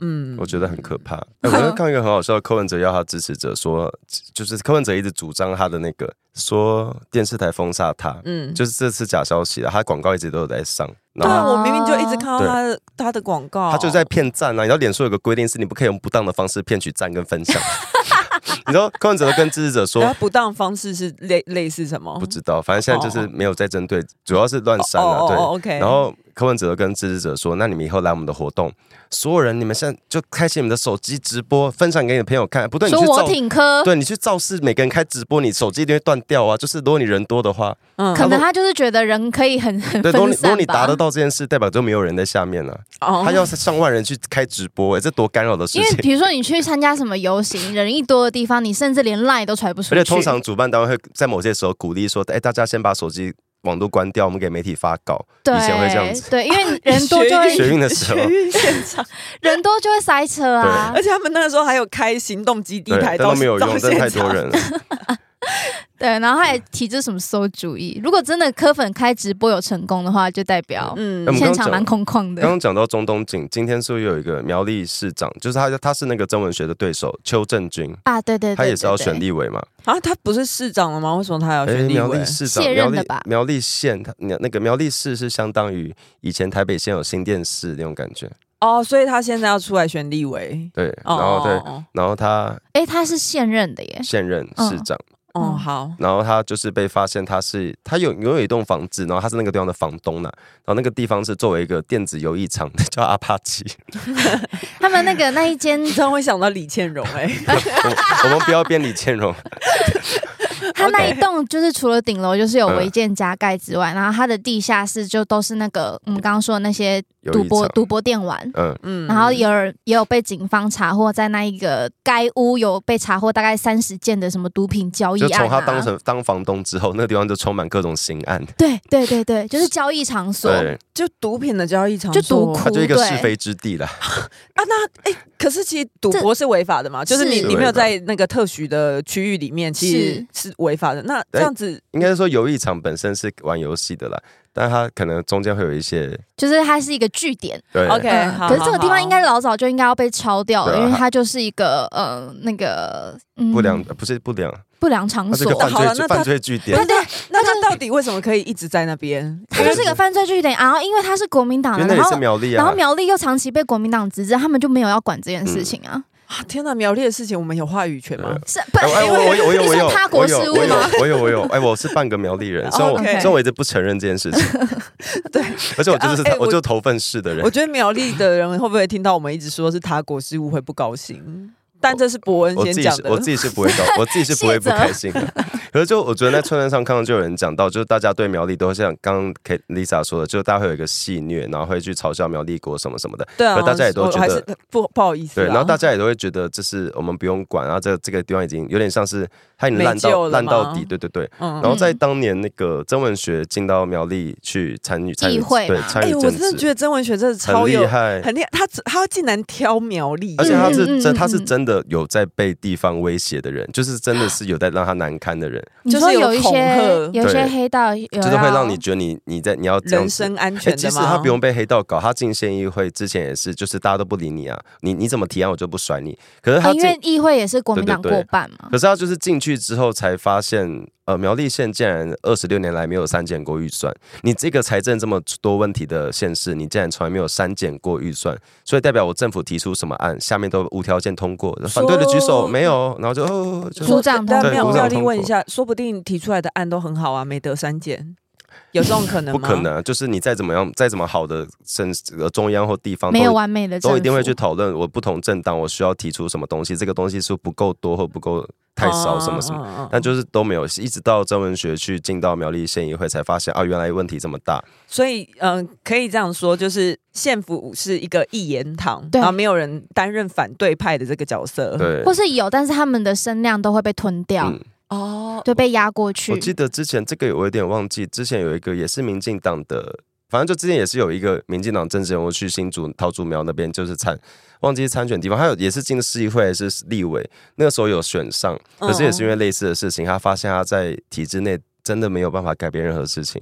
B: 嗯
A: 我觉得很可怕。哎我刚刚看到一个很好笑的，柯文哲要他支持者说，就是柯文哲一直主张他的那个说电视台封杀他，
B: 嗯，
A: 就是这次假消息了，啊他广告一直都有在上，然
B: 对
A: 后
B: 啊，
C: 哦
B: 我明明就一直看到他的他的广告，
A: 他就在骗赞啊！你知道脸书有个规定是你不可以用不当的方式骗取赞跟 分享，你知道柯文哲都跟支持者说
B: 然后不当方式是类类似什么？
A: 不知道，反正现在就是没有在针对，主要是乱删了、
B: 哦哦哦
A: 对。
B: 哦，OK
A: 然后柯文哲跟支持者说：“那你们以后来我们的活动，所有人你们现在就开启你们的手机直播，分享给你的朋友看。不对，你
C: 说
A: 去
C: 我
A: 造，
C: 挺科，
A: 对你去造势，每个人开直播，你手机一定会断掉啊。就是如果你人多的 话，
B: 嗯
C: 可能他就是觉得人可以很 很
A: 啊对，如果
C: 分
A: 你如果
C: 散
A: 你达得
C: 吧。
A: 到这件事，代表就没有人在下面了、
B: 哦
A: 他要是上万人去开直播、哎，这多干扰的事
C: 因为
A: 情。”
C: 比如说你去参加什么游行，人一多的地方，你甚至连 line 都传不 出
A: 而
C: 去。
A: 且通常主办单位会在某些时候鼓励说：“哎，大家先把手机网都关掉，我们给媒体发稿。”
C: 对
A: 以前会这样子，
C: 对，因为人 多就
A: 学
C: 会
A: 运的时候
B: 学运现 场，
C: 人多就会塞车啊
B: 而。且他们那个时候还有开行动基地
A: 对，
B: 台
A: 但
B: 到，
A: 都没有用，
B: 到
A: 真的太多
B: 现场。
A: 人 了。哎
C: 对，然后他也提出什么馊主意。如果真的科粉开直播有成功的话，就代表
B: 嗯
A: 我们嗯刚
C: 现
A: 刚
C: 场蛮空旷
A: 刚
C: 的。
A: 刚讲到中东锦，今天是不是有一个苗栗市长，就是他他是那个曾文学的对手邱正军，
C: 啊，对对对，
A: 他也是要
C: 对
A: 选。立委嘛？
B: 啊，他不是市长了吗？为什么他还要
A: 哎，
B: 选立
A: 苗
B: 委
A: 栗？市长
C: 卸
A: 苗
C: 任
A: 栗
C: 的吧
A: 苗栗县，他那那个苗栗市是相当于以前台北县有新店市那种感觉，
B: 哦，所以他现在要出来选立委。
A: 对，
B: 哦
A: 然后对
B: 哦，哦
A: 然后他
C: 对哎，他是现任的耶。
A: 现任市长，
B: 哦，
C: 嗯
B: 好，
A: 然后他就是被发现他是他有拥有一栋房子，然后他是那个地方的房东呢、然后那个地方是作为一个电子游艺场，叫阿帕 奇。
C: 他们那个那一 间，
B: 你突然会想到李倩蓉哎、
A: 我我们不要编李倩蓉，
C: 他那一栋就是除了顶楼就是有违建加盖之
A: 嗯
C: 外，然后它的地下室就都是那个我们刚刚说的那些
A: 游
C: 赌
A: 艺
C: 博
A: 场
C: 赌博电玩。
A: 嗯，
B: 嗯
C: 然后有人也有被警方查获，在那一个该屋有被查获大概三十件的什么毒品交易
A: 就
C: 案、啊，
A: 从他当成当房东之后，那个地方就充满各种刑案，
C: 对对对对，就是交易场所，
A: 对，
B: 就毒品的交易场
C: 就
B: 所，
C: 毒库
A: 它就一个
C: 对
A: 是非之地啦。
B: 啊，那哎、可是其实赌
C: 这
B: 博是违法的嘛，就是你
C: 是
B: 你没有在那个特许的区域里面，其实是违法的。那这样子，
A: 应该是说游艺场本身是玩游戏的啦，但它可能中间会有一些
C: 就是它是一个据点。
A: 对
B: OK，
C: 嗯
B: 好
C: 可是这个
B: 好
C: 地方应该
B: 好
C: 老早就应该要被抄掉了，
A: 对啊
C: 因为它就是一个呃那个、嗯、
A: 不良、呃不是不良，
C: 不良场
A: 它是一个
C: 所。
A: 犯
B: 好了那
A: 罪
B: 它
A: 犯罪据点
B: 那。他那他到底为什么可以一直在那边？
C: 它就是一个犯罪据点，然后因为它是国民党
A: 因为那
C: 的，然
A: 里是
C: 后
A: 苗栗
C: 然
A: 啊
C: 后，苗栗又长期被国民党执政，他们就没有要管这件
A: 嗯
C: 事情啊，
B: 啊，天哪，苗栗的事情我们有话语权吗？
C: 是不？
A: 哎哎我我有我有
C: 你
A: 我有
C: 说他国
A: 我有
C: 事务
A: 我有
C: 吗？
A: 我有我有，哎，我是半个苗栗人，虽然我
B: OK
A: 虽然我一直不承认这件事情，
B: 对，
A: 而且我就是
B: 啊哎我
A: 我就投份式的人
B: 我，觉得苗栗的人会不会听到我们一直说是他国事务会不高兴？但这是伯恩
A: 我
B: 先
A: 自己
B: 讲
A: 是
B: 的，
A: 我自己是不会搞，我自己是不会不开心的。可是就我觉得在春联上看到就有人讲到，就是大家对苗栗都像刚刚 K Lisa 说的，就是大家会有一个戏谑，然后会去嘲笑苗栗国什么什么的。
B: 对啊，
A: 可大家也都
B: 我
A: 觉
B: 还
A: 得
B: 是不不好意思啊
A: 对，
B: 啦，
A: 然后大家也都会觉得这是我们不用管，然后这个这个地方已经有点像是它已经烂
B: 没救
A: 到
B: 了
A: 烂到
B: 吗
A: 底，对对对。
B: 嗯
A: 然后在当年那个曾文学进到苗栗去参与参与
C: 议会
A: 对
C: 嘛
A: 参
B: 哎、
A: 与
B: 我
A: 政
B: 真的觉
A: 治，
B: 得曾文学真的
A: 很
B: 超
A: 厉
B: 有
A: 害，
B: 很厉害，他他竟然挑苗栗，
A: 而且他
C: 嗯嗯
A: 是真
C: 嗯
A: 他是
C: 嗯
A: 真的有在被地方威胁的人，就是真的是有在让他难堪 的人，
C: 你
B: 就是
C: 说
B: 有
C: 有一
B: 恐
C: 些
B: 吓
C: 有一些
A: 对
C: 黑道有
A: 就是会让你觉得你你在你要这样
B: 啊人
A: 子
B: 身安
A: 哎，
B: 全
A: 即
B: 的
A: 使
B: 吗？
A: 他不用被黑道搞，他进县议会之前也是，就是大家都不理你啊，你你怎么提案我就不甩你。可是
C: 啊
A: 他
C: 因
A: 进，
C: 为议会也是国民党
A: 对对
C: 过
A: 对
C: 半嘛，
A: 可是他就是进去之后才发现，呃，苗栗县竟然二十六年来没有删减过预算，你这个财政这么多问题的县市，你竟然从来没有删减过预算，所以代表我政府提出什么案，下面都无条件通过，反对的举手
B: 说
A: 没有，然后就哦，就
C: 说组长
B: 但
C: 通
B: 妙
A: 过对
B: 妙
A: 组长通过
B: 丽问一下，说不定提出来的案都很好啊，没得删减，有这种可 能
A: 不
B: 吗？
A: 可能啊，就是你再怎么样，再怎么好的甚呃中央或地方都
C: 没有完美的政府，
A: 都一定会去讨论我不同政党我需要提出什么东西，这个东西是不够多或不够太
B: 嗯
C: 哦
A: 少什么什么，
B: 么
A: 但就是都没有，一直到曾文学去进到苗栗县议会才发现啊，原来问题这么大，
B: 所以，嗯、可以这样说，就是县府是一个一言堂，
C: 对
B: 然后没有人担任反对派的这个角色。，
A: 对。
C: 或是有，但是他们的声量都会被吞掉，
A: 嗯，
B: 哦，
C: 对，被压过去
A: 我。记得之前这个我有点忘记，之前有一个也是民进党的，反正就之前也是有一个民进党政治人物去新竹桃竹苗那边就是参，忘记参选地方，还有也是进市议会还是立委，那个时候有选上，
C: 哦
A: 可是也
B: 嗯
A: 是因
C: 嗯
A: 为类似的事情，他发现他在体制内真的没有办法改变任何事情。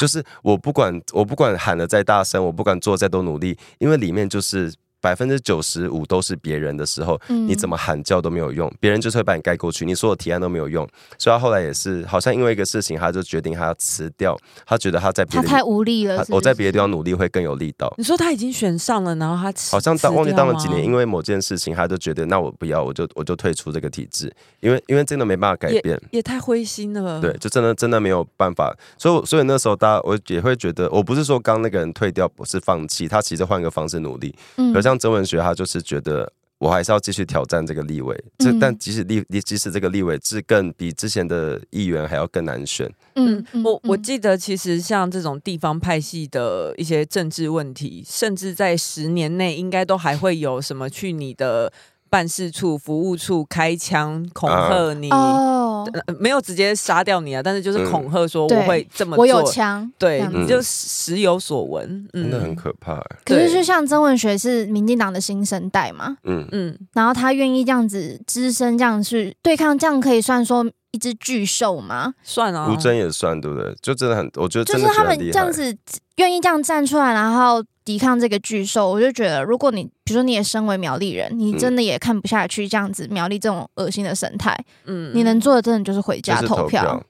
A: 就是我不管我不管喊的再大声，我不管做再多努力，因为里面就是百分之九十五都是别人的时候，
C: 嗯
A: 你怎么喊叫都没有用，别人就是会把你盖过去，你所有提案都没有用。所以他后来也是好像因为一个事情，他就决定他要辞掉，他觉得他在别
C: 他
A: 的
C: 太无力了
A: 他
C: 是不是
A: 我在别的地方努力会更有力道。
B: 你说他已经选上了，然后他辞
A: 好像当忘记当了几年，因
B: 为
A: 为某件事情，他就觉得那我不要，我就我就退出这个体制，因为因为真的没办法改变，
B: 也太灰心
C: 嗯
B: 了。
A: 对，，就真的真的没有办法，所以我所以那时候大家我也会觉得，我不是说刚那个人退掉不是放弃，他其实换个方式努力，
C: 嗯
A: 可像曾文学，他就是觉得我还是要继续挑战这个立委，这、
C: 嗯
A: 但即使立即使这个立委是更比之前的议员还要更难选，
B: 嗯，我我
C: 嗯
B: 记得其实像这种地方派系的一些政治问题，甚至在十年内应该都还会有什么去你的办事处、服务处开枪恐
A: 啊
B: 吓你。
C: 哦，
B: 呃没有直接杀掉你啊，但是就是
A: 嗯
B: 恐吓说
C: 对
B: 我会这么做，
C: 我有枪。这
B: 对，
C: 样
A: 子
B: 你就时有所闻，嗯
A: 真的很可怕、欸。
C: 可是就
B: 对
C: 像曾文学是民进党的新生代嘛，
A: 嗯，
B: 嗯，
C: 然后他愿意这样子只身这样去对抗，这样可以算说一只巨兽吗？
B: 算啊，
A: 吴尊也算对不对？就真的很，我觉得
C: 就
A: 真
C: 是
A: 的觉
C: 他
A: 得
C: 们
A: 很厉
C: 这
A: 害
C: 样。子愿意这样站出来，然后抵抗这个巨兽，我就觉得，如果你比如说你也身为苗栗人，你
A: 嗯
C: 真的也看不下去这样子苗栗这种恶心的生态，
B: 嗯
C: 你能做的真的就是回
A: 就
C: 家
A: 是
C: 投票。，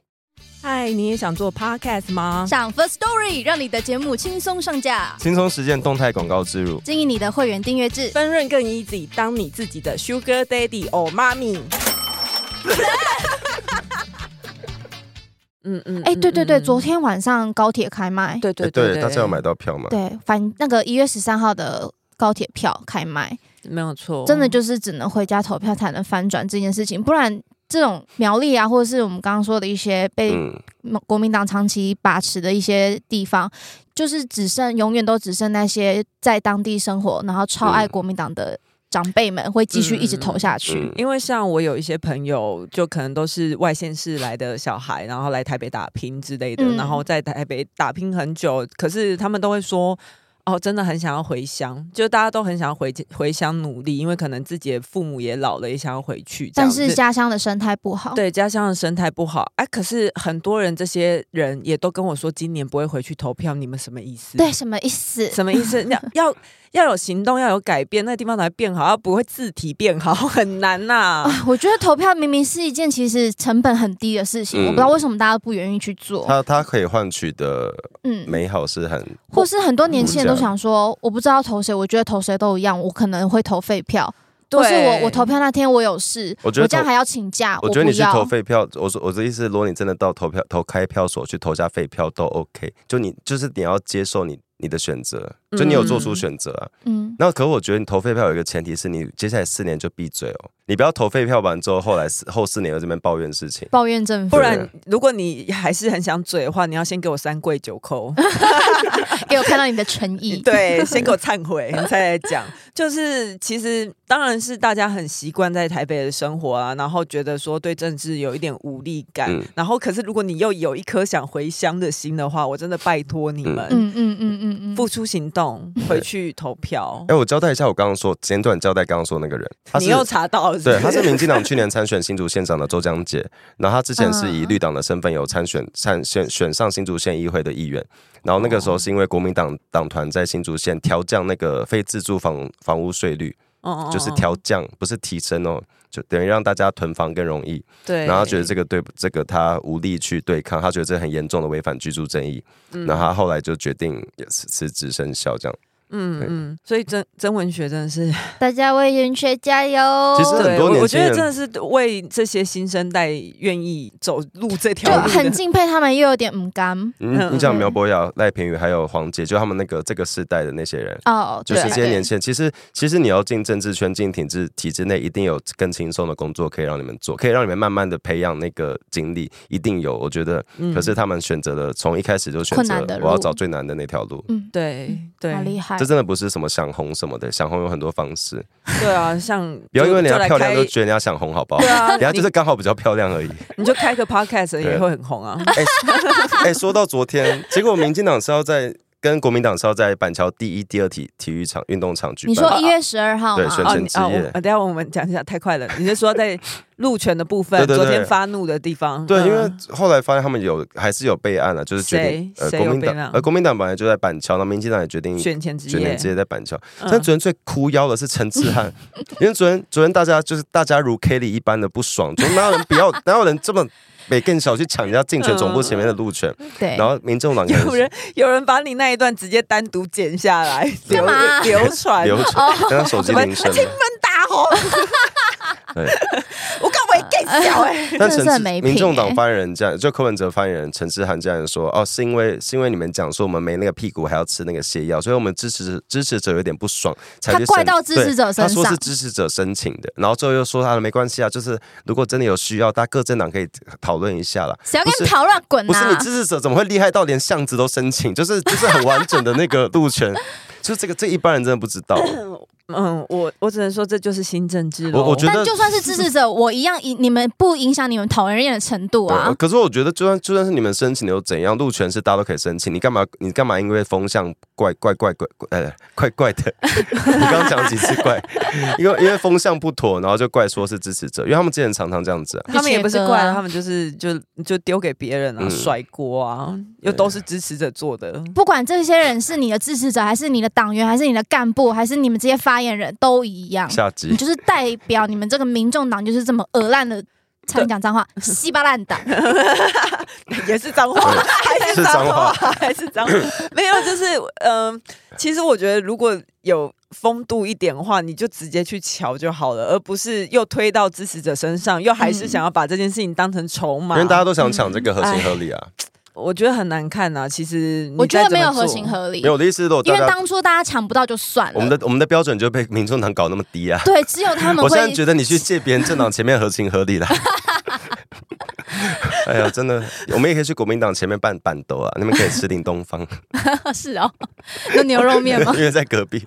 B: 嗨，你也想做 podcast 吗？
C: 上 First Story 让你的节目轻松上架，
A: 轻松实践动态广告植入。
C: 经营你的会员订阅制。
B: 分润更 嗯 easy，当你自己的 sugar daddy 或妈咪。嗯嗯，
C: 哎，对对对，
B: 嗯
C: 昨天晚上高铁开卖，
B: 对
A: 哎
B: 对
A: 对，
B: 对，
A: 大家有买到票吗？
C: 对，反那个一月十三号的高铁票开卖，
B: 没有
A: 哦
B: 错，
C: 真的就是只能回家投票才能翻转这件事情，不然这种苗栗啊，或者是我们刚刚说的一些被
A: 嗯，
C: 国民党长期把持的一些地方，就是只剩永远都只剩那些在当地生活，然后超爱
A: 嗯
C: 国民党的长辈们会继续一直投下去。
A: 嗯
B: 因为像我有一些朋友，就可能都是外县市来的小孩，然后来台北打拼之类的，
C: 嗯
B: 然后在台北打拼很久，可是他们都会说。哦，真的很想要回乡，就大家都很想要回回乡努力，因为可能自己的父母也老了，也想要回去这样
C: 但
B: 子。
C: 是家乡的生态不好，
B: 对家乡的生态不好，哎、可是很多人这些人也都跟我说，今年不会回去投票，你们什么意思？
C: 对，什么意 思？
B: 什么意思？要要要有行动，要有改变，那个地方才会变好，要不会字体变好 很难呐、
C: 啊，我觉得投票明明是一件其实成本很低的事
A: 嗯
C: 情，我不知道为什么大家不愿意去做。
A: 他他可以换取的
C: 嗯，
A: 美好是很
C: 或是很多年轻人
A: 嗯
C: 都想说，我不知道投谁，我觉得投谁都一样，我可能会投废票。
B: 对，
C: 或是我我投票那天我有事，
A: 我觉得
C: 这样
A: 投
C: 还要请
A: 我
C: 假，啊我
A: 觉得你去
C: 不要
A: 投废票，我说我的意思是，如果你真的到投票投开票所去投下废票都 OK，就你就是你要接受你你的选择，就你有做出
B: 嗯
A: 选择啊。
C: 嗯，
A: 那可我觉得你投废票有一个前提是你接下来四年就闭嘴哦，你不要投废票完之后，后来四后四年又这边抱怨事情。
C: 抱怨政府，
B: 不然，如果你还是很想嘴的话，你要先给我三跪九叩，
C: 给我看到你的诚意。，
B: 对，先给我忏悔，你再来讲。就是其实当然是大家很习惯在台北的生活啊，然后觉得说对政治有一点无力感，
A: 嗯
B: 然后可是如果你又有一颗想回乡的心的话，我真的拜托你们、
C: 嗯嗯嗯嗯嗯，
B: 付出行动，回去投票
A: 哎、。我交代一下，我刚刚说简短交代刚刚说那个人，他
B: 你
A: 是
B: 又查到 了是不
A: 对，
B: 是，
A: 他是民进党去年参选新竹县长的周江杰，然后他之前是
B: 嗯
A: 以绿党的身份有参选参选选上新竹县议会的议员，然后那个时
B: 哦
A: 候是因为国民党党团在新竹县调降那个非自住房房屋税率，
B: 嗯嗯
A: 就是
B: 嗯
A: 调降，不是提升哦，就等于让大家囤房更容易。
B: 对，
A: 然后他觉得这个对这个他无力去对抗，他觉得这很严重的违反居住正义，
B: 嗯
A: 然后他后来就决定也辞辞职生效这样。
B: 嗯
A: 对
B: 嗯，所以真真文学真的是
C: 大家为人学加油。
A: 其实很
B: 对，
A: 多
B: 我
A: 年
B: 我
A: 轻
B: 觉得
A: 人
B: 真的是为这些新生代愿意走路这条
C: 就
B: 路的
C: 很敬佩他们，又有点唔甘
A: 你
B: 嗯
A: 你讲
C: 嗯
A: 苗博雅、赖平宇还有黄杰，就他们那个这个世代的那些人。
C: 哦。
A: 就是
C: 对
A: 这些年，轻人，其实其实你要进政治圈、进体制体制内，一定有更轻松的工作可以让你们做，可以让你们慢慢的培养那个经历，一定有。我觉得，
B: 嗯
A: 可是他们选择了从一开始就选
C: 困
A: 择
C: 难的
A: 我要
C: 路
A: 找最难的那条路，
C: 嗯，
B: 对对
C: 好厉害
A: 这。真的不是什么想红什么的，想红有很多方式，
B: 对啊，像
A: 不要因为人
B: 就
A: 家漂亮就
B: 就来开
A: 觉得人家想红，好不好？
B: 对 啊，
A: 人家就
B: 你
A: 是刚好比较漂亮而已。
B: 你就开个 podcast 也
A: 对
B: 会很红啊。
A: 哎、哎，说到昨天，结果民进党是要在跟国民党是要在板桥第一、第二体体育场运动场举办。啊
C: 你说一月十二号
A: 对选
C: 吗？
B: 哦，
A: 前
B: 你
A: 之
B: 哦，我
A: 夜
B: 啊等一下我们讲一下，太快了。你是说在路权的部分，
A: 对对
B: 昨
A: 对
B: 天发怒的地方？
A: 对，
B: 嗯
A: 因为后来发现他们有还是有备案了，就是决定
B: 谁
A: 呃
B: 谁
A: 国民
B: 有备
A: 党
B: 案，
A: 呃国民党本来就在板桥，那民进党也决定
B: 选前之
A: 决定
B: 夜
A: 直，接在板桥。
B: 嗯
A: 但昨天最哭腰的是陈志汉，因为昨天昨天大家就是大家如 Kelly 一般的不爽，就哪有人不要哪有人这么没更小去抢人家竞选总部前面的路权，
C: 对，
A: 然后民众党可能
B: 嗯有人有人把你那一段直接单独剪下 来，
C: 干
B: 流
C: 嘛
B: 流传
A: 流传，
B: 哦
A: 然后手机
B: 什么
A: 铃声。
B: 大吼，
A: 对，
B: 我刚没更小哎、
A: 但
C: 真
A: 陈
C: 的是很没
A: 志
C: 品
A: 民众党
C: 欸
A: 发言人这样，就柯文哲发言人陈志涵这样说，哦，是因为是因为你们讲说我们没那个屁股还要吃那个泻药，所以我们支持支持者有点不爽，才
C: 他
A: 去
C: 怪
A: 申
C: 到支
A: 对
C: 持者身
A: 他说是
C: 上
A: 支持者申请的，然后最后又说他没关系啊，就是如果真的有需要，大家各政党可以讨论一下啦。
C: 谁要跟
A: 不
C: 你
A: 是
C: 讨论滚啊
A: 不是你
C: 呐？
A: 支持者怎么会厉害到连巷子都申请？就是 就是很完整的那个路权， 就是这个这一般人真的不知道。
B: 嗯，我我只能说这就是新政治咯
A: 我我觉得
C: 但就算是支持者，我一样影你们不影响你们讨人厌的程度
A: 对
C: 啊
A: 呃。可是我觉得，就算就算是你们申请的又怎样？路权是大家都可以申请，你干嘛你干嘛因为风向怪怪怪怪怪呃怪怪的？ 你刚刚讲了几次怪？ 因为因为风向不妥，然后就怪说是支持者，因为他们之前常常这样子、啊。
B: 他们也不是
C: 就切
B: 怪
C: 割啊
B: 他们就是就就丢给别人啊，
A: 嗯
B: 甩锅啊，又都是支持者做的。
C: 不管这些人是你的支持者，还是你的党员，还是你的干部，还是你们这些发言人，都一样。
A: 下
C: 啊你
A: 集
C: 就是代表你们这个民众党，就是这么恶烂的，差点讲脏话， 稀巴烂党。
B: 也是脏话，还
A: 是
B: 是脏
A: 脏话
B: 话，还是脏话。没有，还有就是，嗯、其实我觉得如果有风度一点的话，你就直接去瞧就好了，而不是又推到支持者身上，又还是
C: 嗯
B: 想要把这件事情当成筹
A: 因
B: 码。
A: 为大家都想抢这个合情合理
C: 嗯
A: 啊。
B: 我觉得很难看呐、其实
C: 我觉得没有合
B: 合
C: 情。合理
A: 没，有，我的意思是，如果
C: 因
A: 大
C: 为
A: 家
C: 当初大家抢不到就算
A: 我们
C: 了，
A: 的我们的标准就被民众党搞那么低啊。
C: 对，只有他们
A: 我现
C: 会
A: 在觉得你去借别人政党前面合情合理啦。哎呀，真的，我们也可以去国民党前面办板斗啊，你们可以吃林东方，
C: 是哦，有牛肉面吗？
A: 因为在隔壁。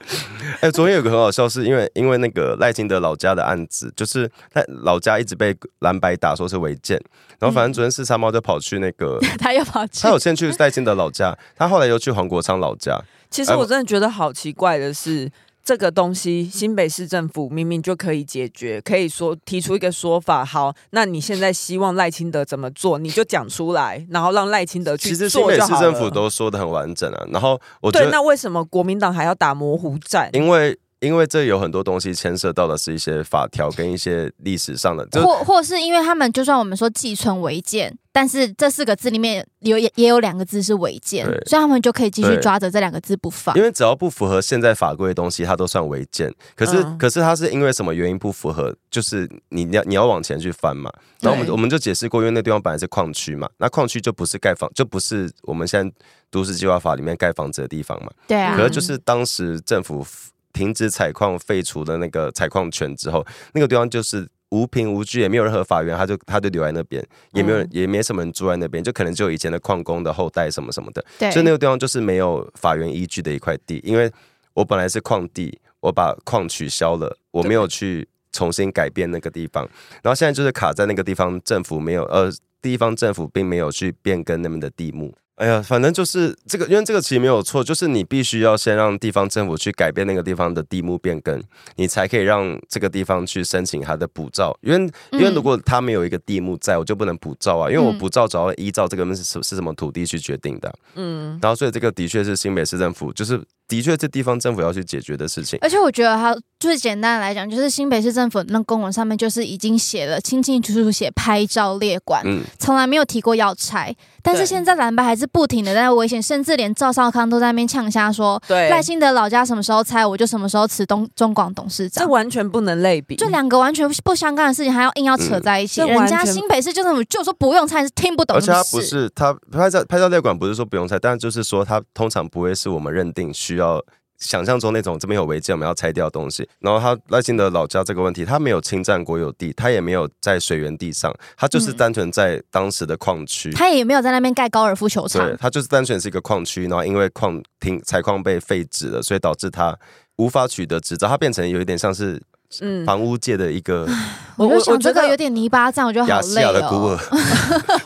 A: 哎，昨天有个很好笑，是因为因为那个赖清德老家的案子，就是他老家一直被蓝白打说是违建，然后反
B: 嗯
A: 正昨天四叉猫就跑去那 个，
C: 他又跑去
A: 他，有先去赖清德老家，他后来又去黄国昌老家，
B: 其实我真的觉得好奇怪的是。这个东西，新北市政府明明就可以解决，可以说提出一个说法。好，那你现在希望赖清德怎么做，你就讲出来，然后让赖清德去
A: 其
B: 做
A: 实
B: 就
A: 新北
B: 好了。
A: 市政府都说的很完整啊。然后我觉
B: 对，
A: 得
B: 那为什么国民党还要打模糊战？
A: 因为因为这有很多东西牵涉到的是一些法条跟一些历史上的，就是
C: 或或是因为他们就算我们说寄存违建，但是这四个字里面有也也有两个字是违建
A: 对，
C: 所以他们就可以继续
A: 对
C: 抓着这两个字不放
A: 因。为只要不符合现在法规的东西，它都算违建。可是、
B: 嗯
A: 可是它是因为什么原因不符合？就是你要你要往前去翻嘛。然后我们
B: 对
A: 我们就解释过，因为那地方本来是矿区嘛，那矿区就不是盖房，就不是我们现在都市计划法里面盖房子的地方嘛。
C: 对
B: 嗯
C: 啊
A: 可，是就是当时政府停止采矿、废除了那个采矿权之后，那个地方就是无凭无据，也没有任何法源，他就他就留在那边，也
B: 嗯
A: 没有人、也没什么人住在那边，就可能只有以前的矿工的后代什么什么的，
C: 对，
A: 所以那个地方就是没有法源依据的一块地，因为我本来是矿地，我把矿取消了，我没有去重新改变那个地方，然后现在就是卡在那个地方，政府没有呃，地方政府并没有去变更那边的地目。哎呀，反正就是这个，因为这个其实没有错，就是你必须要先让地方政府去改变那个地方的地目变更，你才可以让这个地方去申请它的补照。因为因为
C: 嗯
A: 如果它没有一个地目在，我就不能补照啊，因为我
C: 嗯
A: 补照只要依照这个是什是什么土地去决定的啊、
B: 嗯，
A: 然后所以这个的确是新北市政府，就是的确是地方政府要去解决的事情。
C: 而且我觉得它最简单的来讲，就是新北市政府那公文上面就是已经写了清清楚楚写拍照列管，
A: 嗯，
C: 从来没有提过要拆。但是
B: 对
C: 现在蓝白还是不停的在危险，甚至连赵少康都在那边呛瞎说
B: 对，
C: 赖清德老家什么时候拆，我就什么时候辞东中广董事
B: 这
C: 长。
B: 完全不能类比。
C: 就两个完全不相干的事情，还要硬要扯在一起。
B: 嗯这
C: 人
B: 完全
C: 家新北市就政府就说不用拆，是听不懂
A: 而且它
C: 事
A: 不是它拍照拍照列管不是说不用拆，但就是说它通常不会是我们认定需要。想象中那种这边有违建，我们要拆掉的东西。然后他赖清德老家这个问题，他没有侵占国有地，他也没有在水源地上，他就是
C: 嗯
A: 单纯在当时的矿区。
C: 他也没有在那边盖高尔夫球场
A: 对，，它就是单纯是一个矿区，然后因为矿停采矿被废止了，所以导致它无法取得执照，它变成有一点像是
B: 嗯
A: 房屋界的一个
C: 我
B: 我
C: 就
B: 我
C: 想
B: 觉
C: 这
B: 得
C: 个有点泥巴仗，我觉得好
A: 亚细
C: 累
A: 亚的孤儿
C: 哦。，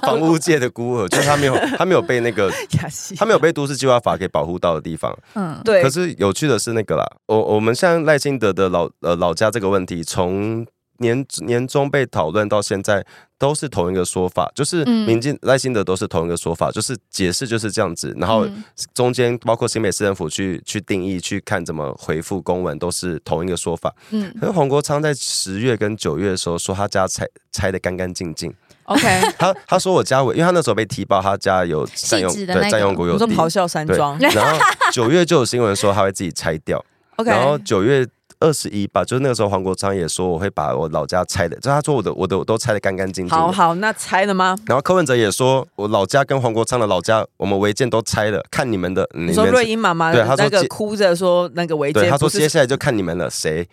A: 房屋界的孤 儿，就是他没有他没有被那个
B: 亚细
A: 他没有被都市计划法给保护到的地方。
C: 嗯，
B: 对
A: 可，是有趣的是那个啦，我我们像赖清德的老呃老家这个问题，从年年中被讨论到现在，都是同一个说法，就是
C: 嗯
A: 民进赖清德都是同一个说法，就是解释就是这样子，然后
C: 嗯
A: 中间包括新北市政府去去定义、去看怎么回复公文，都是同一个说法。
C: 嗯，
A: 可是黄国昌在十月跟九月的时候说他家拆拆的干干净净，
B: OK，
A: 他他说我家违，因为他那时候被踢爆，他家有占用
C: 细致的那
A: 对
C: 个
A: 占用国有
B: 我说
A: 地，
B: 咆哮山
A: 对
B: 庄
A: 然后九月就有新闻说他会自己拆 掉，
B: ，OK，
A: 然后九月二十一吧，就是那个时候黄国昌也说我会把我老家拆的，就他说我的我的我都拆的干干净净
B: 好
A: 的。
B: 好，那拆了吗？
A: 然后柯文哲也说，我老家跟黄国昌的老家，我们违建都拆了，看你们的。你
B: 你说
A: 们
B: 瑞英妈妈
A: 对她说
B: 那个
A: 接
B: 哭着说那个违
A: 对，
B: 建
A: 他说
B: 不是
A: 接下来就看你们了，谁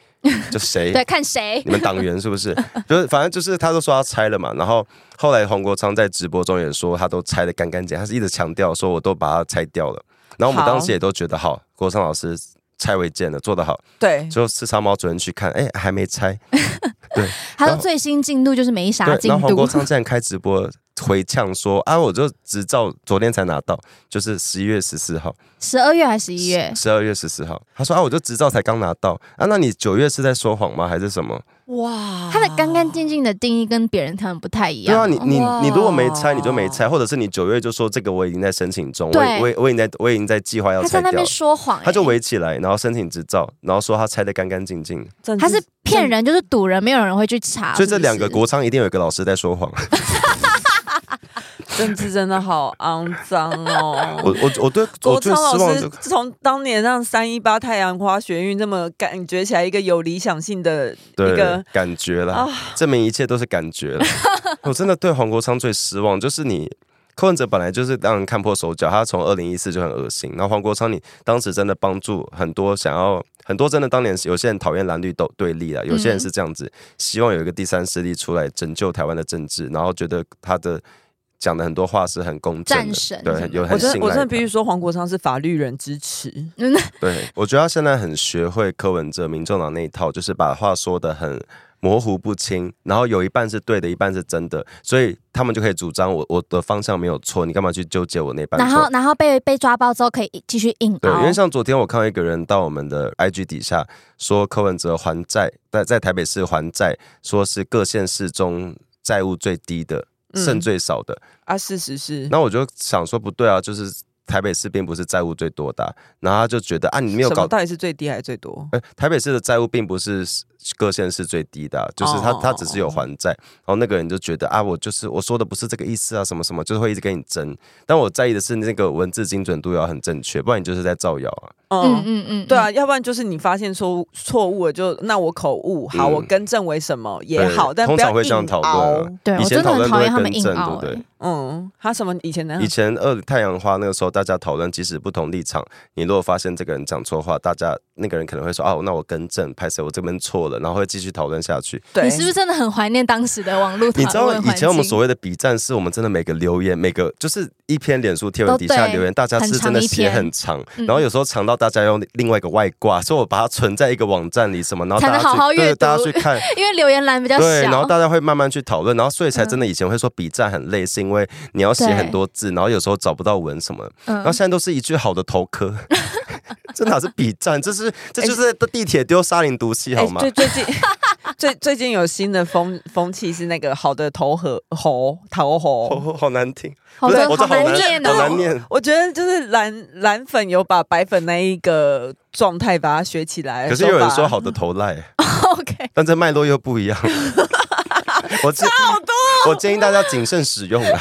A: 就谁。
C: 对，看谁
A: 你们党员是不 是？就是反正就是他都说他拆了嘛，然后后来黄国昌在直播中也说他都拆的干干净，他是一直强调说我都把它拆掉了。然后我们
B: 好
A: 当时也都觉得好，国昌老师拆违建了，做得好。
B: 对，
C: 嗯
A: 就四叉猫主任去看，哎、还没拆。
C: 他
A: 然
C: 的
A: 后
C: 最新进度就是没啥
A: 对，
C: 进
A: 然后黄
C: 度
A: 国，昌竟然开直播回呛说啊，我就执照昨天才拿到，就是十一月十四号，
C: 十二月还是十一月？
A: 十二月十四号。他说啊，我就执照才刚拿到啊，那你九月是在说谎吗？还是什么？
B: 哇，
C: 他的干干净净的定义跟别人可能不太一
A: 对
C: 样
A: 啊，
C: 哦。
A: 你你
B: 哇
A: 你如果没拆，你就没拆，或者是你九月就说这个我已经在申请中，我
C: 对
A: 已我已我已经在我已经在计划要
C: 他
A: 拆
C: 在那
A: 掉
C: 边
A: 了，
C: 说谎、欸，
A: 他就围起来，然后申请执照，然后说他拆的干干净净。
B: 政治
C: 他是骗人，就是堵人，没有人会去查。
A: 所以这
C: 是不是哦
A: 两个国昌一定有一个老师在说谎，
B: 政治真 的好肮脏哦。
A: 我我我对我
B: 国
A: 最
B: 昌
A: 失
B: 老
A: 望
B: 师
A: 的，
B: 从当年让三一八太阳花学运这么感觉起来一个有理想性的一
A: 对
B: 个
A: 感觉啦
B: 啊，
A: 证明一切都是感觉 啦。我真的对黄国昌最失望，就是你柯文哲本来就是让人看破手脚，他从二零一四就很恶心。然后黄国昌，你当时真的帮助很多想要很多真的当年有些人讨厌蓝绿斗对立啊了，有些人是这样子，希望有一个第三势力出来拯救台湾的政治，然后觉得他的讲的很多话是很公正
C: 战
A: 的，
C: 神什
A: 对
C: 么，
A: 有
B: 我
A: 很
B: 真
A: 信
B: 的
A: 赖
B: 我真的必
A: 他
B: 须说，黄国昌是法律人支持。
C: 嗯，
A: 对，我觉得他现在很学会柯文哲、民众党那一套，就是把话说的很模糊不清，然后有一半是对的，一半是真的，所以他们就可以主张我我的方向没有错，你干嘛去纠结我那半
C: 然后
A: 错？
C: 然后被被抓包之后可以继续硬
A: 对，因
C: 熬
A: 为，像昨天我看到一个人到我们的 IG 底下说柯文哲还债，在在台北市还债，说是各县市中债务最低的，
B: 嗯
A: 剩最少的，
B: 啊，事实是，
A: 那我就想说不对啊，就是台北市并不是债务最多的啊、然后他就觉得啊你没有
B: 什么
A: 搞
B: 到底是最低还是最多？
A: 呃，台北市的债务并不是各县市最低的啊、就是他
B: 哦
A: 他只是有还债，然后那个人就觉得啊，我就是我说的不是这个意思啊，什么什么，就是会一直跟你争。但我在意的是那个文字精准度要很正确，不然你就是在造谣啊。
C: 嗯
B: 嗯。
C: 嗯嗯，
B: 对啊，要不然就是你发现错误错误了，就那我口误，好，
A: 嗯
B: 我更正为什么也
A: 对
B: 好，但
A: 通
B: 不要
A: 常会这样
B: 硬
A: 讨论啊
B: 熬
C: 对，我
A: 以前
C: 真的
A: 讨
C: 很
A: 论都
C: 讨
A: 会
C: 厌他们
A: 更
C: 硬
A: 正，对
C: 熬
A: 不对
C: 欸？
B: 嗯，他什么以前那
A: 以
B: 样？
A: 前二太阳花那个时候，大家讨论，即使不同立场，你如果发现这个人讲错话，大家那个人可能会说哦，那我更正，拍谁我这边错了，然后会继续讨论下去。
B: 对，
C: 你是不是真的很怀念当时的网络
A: 你
C: 讨
A: 知道
C: 论
A: 以
C: 环
A: 前我们所
C: 境？
A: 谓的比战，是我们真的每个留言，每个就是一篇脸书贴文
C: 都
A: 底下
C: 对
A: 留言，大家
C: 很
A: 是
C: 长
A: 真的
C: 一
A: 写
C: 篇
A: 很长，
C: 嗯
A: 然后有时候长到大家用另外一个外挂，所以我把它存在一个网站里什么，然后
C: 才
A: 大家
C: 能
A: 去
C: 好好阅
A: 对
C: 读
A: 大家去看，
C: 因为留言 栏比较
A: 对，然后
C: 小，嗯
A: 大家会慢慢去讨论，然后所以才真的以前会说比战很累，是因为你要写
C: 对
A: 很多字，然后有时候找不到文什么，然
C: 嗯
A: 后现在都是一句好的头科。 这哪是比战？这是
C: 哎
A: 这就是在地铁丢沙林毒气好吗？
B: 哎最最近最最近有新的风风气是那个好的头和猴
A: 好
B: 头猴。
A: 哦好好难听，
C: 好
A: 不是
C: 多
A: 我这
C: 好
A: 好难
C: 难念
A: 好
C: 哦
A: 难。念。
B: 我觉得就是蓝蓝粉有把白粉那一个状态把它学起
C: 哎
B: 来，
A: 可是有人说
B: 手法
A: 好的头赖。
C: OK，
A: 但这脉络又不一 样。我差好多，我建议大家谨慎使 用啊。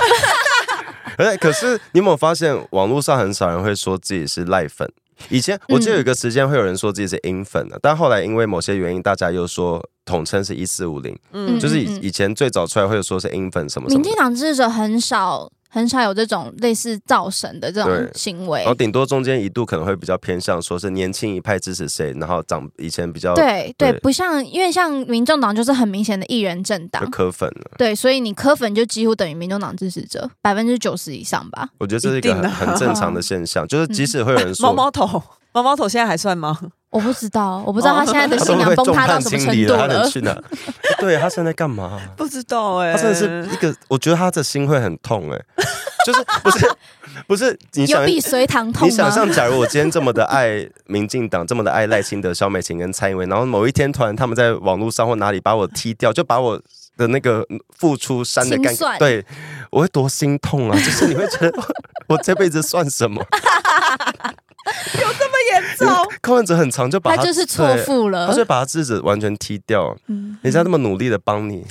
A: 哎，可是你有没有发现，网络上很少人会说自己是赖粉？以前我
C: 嗯
A: 记得有一个时间会有人说自己是英粉的、但后来因为某些原因，大家又说统称是一四五零，
B: 嗯
A: 就是
C: 嗯嗯
A: 以以前最早出来会有说是英粉什么什
C: 民
A: 么的
C: 进党支持者很少很少有这种类似造神的这种
A: 对
C: 行为
A: 然后，顶多中间一度可能会比较偏向说是年轻一派支持谁，然后长以前比较
C: 对对
A: 对，
C: 不像因为像民众党就是很明显的艺人政党
A: 就，磕粉啊了。
C: 对，所以你柯粉就几乎等于民众党支持者百分之九十以上吧。
A: 我觉得这是一个
B: 一
A: 很
B: 定啊
A: 很正常的现象，就是
C: 嗯
A: 即使会有人说
B: 毛毛头。毛毛头现在还算吗？
C: 我不知道，我不知道他现在 的
A: 他
C: 信
A: 都
C: 仰
A: 会
C: 崩
A: 众
C: 塌到
A: 叛
C: 什么
A: 亲
C: 程
A: 离
C: 度
A: 了，他能
C: 了。
A: 去哪？ 哎对啊他现在干嘛？
B: 不知道哎、
A: 他真的
C: 呃
A: 是一个，我觉得他的心会很痛哎、就是不 是不是你
C: 有
A: 想
C: 比隋唐痛
A: 你
C: 吗
A: 想？象，假如我今天这么的爱民进党，这么的爱赖清德、萧美琴跟蔡英文，然后某一天突然他们在网络上或哪里把我踢掉，就把我的那个付出删的干
C: 清，算
A: 对我会多心痛啊！就是你会觉得 我这辈子算什么？
B: 有这么严重？
A: 柯文哲很长就把
C: 他
A: 他
C: 就是错
A: 对
C: 付
A: 他
C: 了
A: 就。把他自己完全踢掉，
C: 嗯
A: 人家那么努力的帮你，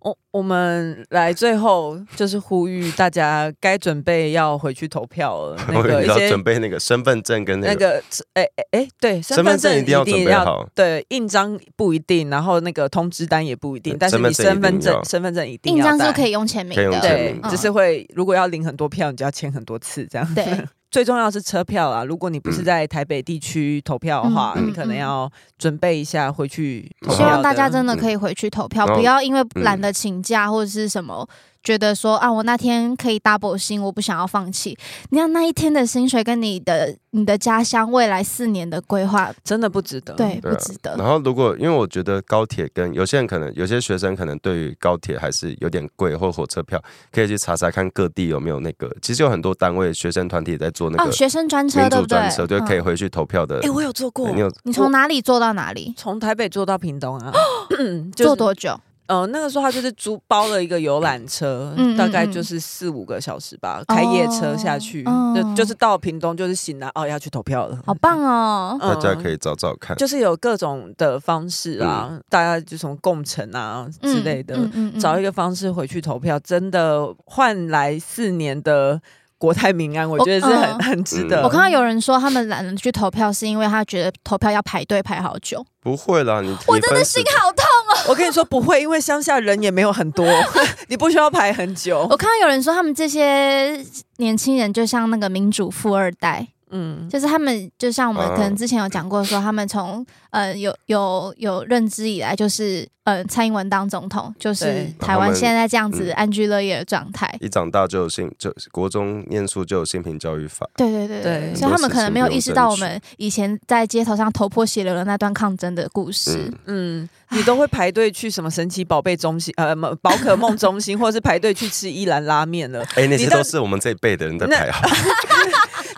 B: 我我们来最后就是呼吁大家，该准备要回去投 票了。那
A: 我
B: 个一
A: 要
B: 些
A: 准备那个身份证跟那
B: 那
A: 个
B: 个，哎哎哎，对，身
A: 身份证
B: 证
A: 一定要准备好。
B: 对，印章不一定，然后那个通知单也不一定
A: 对，
B: 但是你身
A: 身份证一
B: 份
A: 定要
B: 证身份证一定
C: 印
B: 要
C: 章是
B: 带
C: 可以用签名
A: 可以用
C: 的，
A: 签
B: 对
A: 名，
C: 嗯
B: 只是会如果要领很多票，你就要签很多次这样。
C: 对，
B: 最重要是车票啦，如果你不是
A: 嗯
B: 在台北地区投票的话，
C: 嗯
B: 你可能
C: 嗯嗯
B: 要准备一下回去投票。
C: 希望大家真的可以回去投票，
A: 嗯
C: 不要因为懒得请假或者是什么，觉得说啊，我那天可以 double 薪，我不想要放弃。你看那一天的薪水跟你的你的家乡未来四年的规划，
B: 真的不值得。
C: 对，
A: 对啊
C: 不值得。
A: 然后，如果因为我觉得高铁跟有些人可能有些学生可能对于高铁还是有点贵，或火车票可以去查查看各地有没有那个。其实有很多单位学生团体也在做那
C: 哦，
A: 个
C: 学生专车
A: 民
C: 对
A: 主
C: 不对
A: 专车，？就可以
C: 嗯
A: 回去投票的。
B: 哎，我有做过
A: 对你有
C: 你从哪里坐到哪 里？
B: 从台北坐到屏东啊，就是
C: 哦坐多久？
B: 呃，那个时候他就是租包了一个游览车，
C: 嗯嗯
B: 大概就是四五个小时吧，开夜车下去，
C: 哦
B: 就就是到屏东就是醒来，哦，要去投票了，
C: 好棒哦！
A: 大家可
B: 以。
A: 以嗯找找看。
B: 就是有各种的方式啊，大家就从共乘啊
C: 嗯
B: 之类的，找一
C: 个，
B: 个方式回去投票，真的换来四年的国泰民安，我觉得是很、
C: 嗯
B: 很值得。
C: 我看到有人说他们懒得去投票，是因为他觉得投票要排队排好久。
A: 不会啦，你
C: 我真的心。好痛。
B: 我跟你说不会，因为乡下人也没有很多， 你不需要排很久
C: 我。看到有人说他们这些年轻人就像那个民主富二代，
B: 嗯，
C: 就是他们就像我们
A: 嗯
C: 可能之前有讲过说他们从呃有有有认知以来就是呃蔡英文当总统，就是
B: 对
C: 台湾现在这样子
A: 嗯
C: 安居乐业的状态。
A: 你一长大就有性，就国中念书就有性平教育法。
C: 对对对
B: 对
C: 所以他们可能没有
A: 很多
C: 意
A: 事
C: 识
A: 情
C: 到
A: 不用
C: 我们以前在街头上头破血流的那段抗争的故事。
A: 嗯，
B: 嗯，你都会排队去什么神奇宝贝中心，呃，不宝可梦中心，或者是排队去吃一兰拉面了。
A: 哎，那些
B: 你到
A: 都是我们这一辈的人在排啊。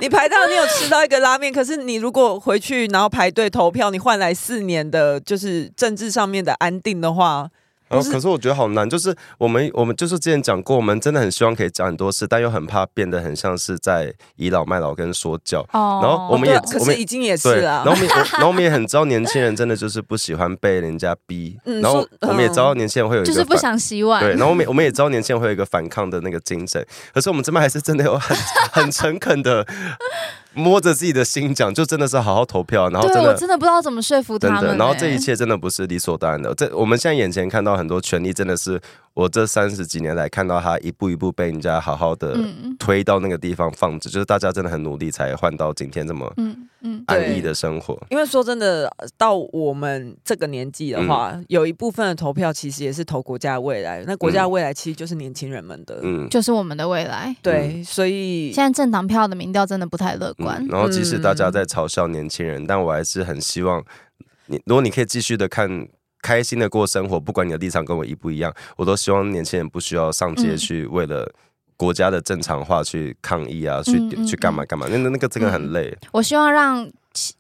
B: 你排到你有吃到一个拉面，可是你如果回去然后排队投票，你换来四年的就是政治上面的安定的话，
A: 然
B: 不
A: 后
B: 是
A: 可是我觉得好难，就是我们我们就是之前讲过，我们真的很希望可以讲很多事，但又很怕变得很像是在倚老卖老跟说教。
C: 哦
A: 然后我们
B: 对
A: 也
B: 啊，可
A: 我们
B: 是已经也
A: 对，
B: 是
A: 然
B: 啊
A: 后。我们 也，我然后我们也很知道年轻人真的就是不喜欢被人家逼，
B: 嗯
A: 然后
B: 说
A: 我们也知道
B: 嗯
A: 年轻人会有一
C: 就
A: 个
C: 是不
A: 反
C: 想洗碗。
A: 对，然后我们我们也知道年轻人会有一个反抗的那个精神，可是我们这边还是真的有很 很诚恳的摸着自己的心讲，就真的是好好投票，然后
C: 对
A: 真
C: 我
A: 的
C: 真的不知道怎么说服
A: 真
C: 他们、
A: 的，然后这一
C: 欸
A: 切真的不是理所当然的。这我们现在眼前看到很多权利，真的是我这三十几年来看到他一步一步被人家好好的
C: 嗯
A: 推到那个地方放置，就是大家真的很努力才换到今天这么
C: 嗯嗯，
A: 安逸的生活。
B: 因为说真的，到我们这个年纪的话，
A: 嗯
B: 有一部分的投票其实也是投国家的未来。那国家的未来其实就是年轻人们的，
A: 嗯。
C: 就是我们的未来。
B: 对，所以
C: 现在政党票的民调真的不太乐观
A: 嗯，。然后即使大家在嘲笑年轻人，但我还是很希望你，如果你可以继续的看。开心的过生活，不管你的立场跟我一不一样，我都希望年轻人不需要上街
C: 嗯
A: 去为了国家的正常化去抗议啊，
C: 嗯嗯
A: 去去干嘛干嘛，那那那个真的很累。
C: 我希望让。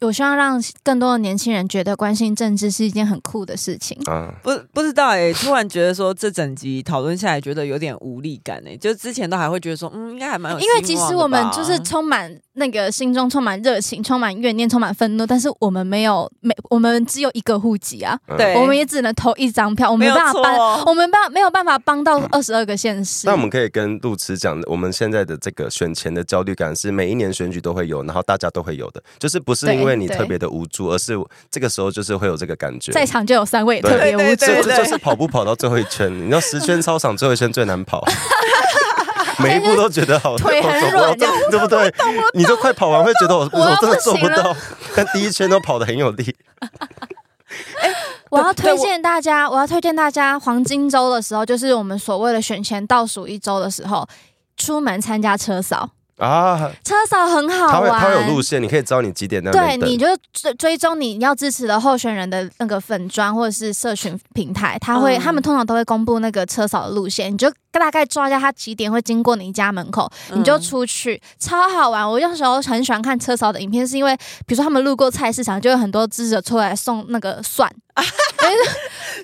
C: 我希望让更多的年轻人觉得关心政治是一件很酷的事情。
A: 啊，
B: 不不知道哎、突然觉得说这整集讨论下来，觉得有点无力感哎、就之前都还会觉得说，嗯，应该还蛮有
C: 因
B: 希望的吧，
C: 为即使我们就是充满那个心中充满热情、充满怨念、充满愤怒，但是我们没有没我们只有一个户籍啊，
A: 嗯
B: 对
C: 我们也只能投一张票，我
B: 没
C: 们没
B: 有
C: 办法
B: 错
C: 帮，
B: 哦
C: 我们办没有办法帮到二十二个县市。
A: 那我们可以跟路痴讲，我们现在的这个选前的焦虑感是每一年选举都会有，然后大家都会有的，就是不是因为你
C: 对对
A: 特别的无助，而是这个时候就是会有这个感觉。
C: 在场就有三位
A: 对
C: 特别无助
A: 这
B: 对
A: 这就是跑步跑到最后一圈，你知道十圈操场最后一圈最难 跑，每一步都觉得好
C: 腿很
A: 我走
C: 软
A: 我走对不对？你都快跑完会觉得我
C: 我要
A: 我真的做
C: 不行了
A: 到，但第一圈都跑得很有力。
C: 我要
B: 对
C: 推
B: 我
C: 荐大家，我要推荐大家，黄金周的时候，就是我们所谓的选前倒数一周的时候，出门参加车扫，
A: 啊，
C: 车扫很
A: 它
C: 好
A: 会
C: 玩。
A: 它会有路线，你可以知道你几点在那
C: 对，
A: 边等
C: 你。就追追踪你要支持的候选人的那个粉砖或者是社群平台，他会、
B: 嗯
C: 他们通常都会公布那个车扫的路线，你就大概抓一下他几点会经过你家门口，你
B: 嗯
C: 就出去，超好玩。我有时候很喜欢看车扫的影片，是因为比如说他们路过菜市场，就有很多支持者出来送那 个蒜，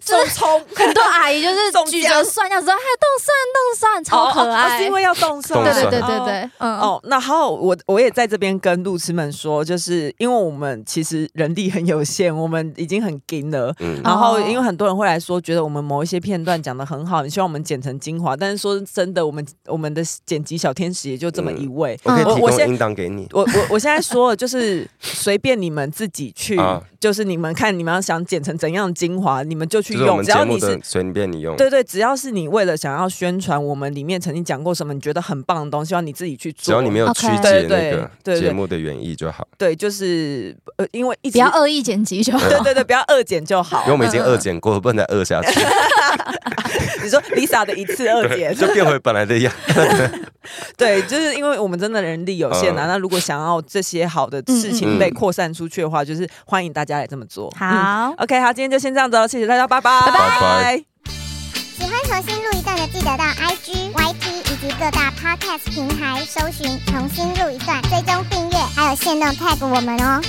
B: 送葱，
C: 很多阿姨就
B: 中
C: 是举着
B: 奖
C: 蒜，要说哎动蒜动蒜，超可
B: 哦哦哦是
C: 爱。
B: 因为要动手，
A: 动
C: 对
A: 蒜
C: 对对对
B: 哦
C: 对，嗯，
B: 哦，那好，我我也在这边跟路痴们说，就是因为我们其实人力很有限，我们已经很紧了。
A: 嗯
B: 然后，
C: 哦
B: 因为很多人会来说，觉得我们某一些片段讲的很好，你希望我们剪成精华。但是说真的，我们我们的剪辑小天使也就这么一位。
A: 我可以
C: 嗯
A: 提
B: 我我
A: 供
B: 先
A: 音档给你。
B: 我我我现在说了，就是随便你们自己去，
A: 啊
B: 就是你们看你们要想剪成怎样的精华，你们就去
A: 就是我
B: 用。
A: 们
B: 只
A: 节
B: 要
A: 目
B: 你是
A: 的随便你用，
B: 对对，只要是你为了想要宣传我们里面曾经讲过什么，你觉得很棒的东西，希望你自己去做。
A: 只要你没有
C: OK
A: 曲解
B: 对对
A: 那
B: 对
A: 个
B: 对
A: 节目的原意就好，
B: 对，就是呃，因为一
C: 不
B: 直
C: 要恶意剪辑就好。
B: 对 对对，不要二减就好
A: 因为。我们已经
C: 嗯嗯
A: 二剪过，不能再二下去，
B: 你说 Lisa 的一次二 减，
A: 就变回本来的样。
B: 对，就是因为我们真的人力有限啊。
A: 嗯
B: 那如果想要这些好的事
A: 嗯
B: 情
A: 嗯
B: 被扩散出去的话，就是欢迎大家来这么做。嗯
C: 好，
B: ，OK，好，今天就先这样子哦，谢谢大家，拜拜，
A: 拜拜。
D: 喜欢重新录一段的，记得到 IG、YT 以及各大 Podcast 平台搜寻“重新录一段”，追踪订阅，还有限定 tag 我们哦。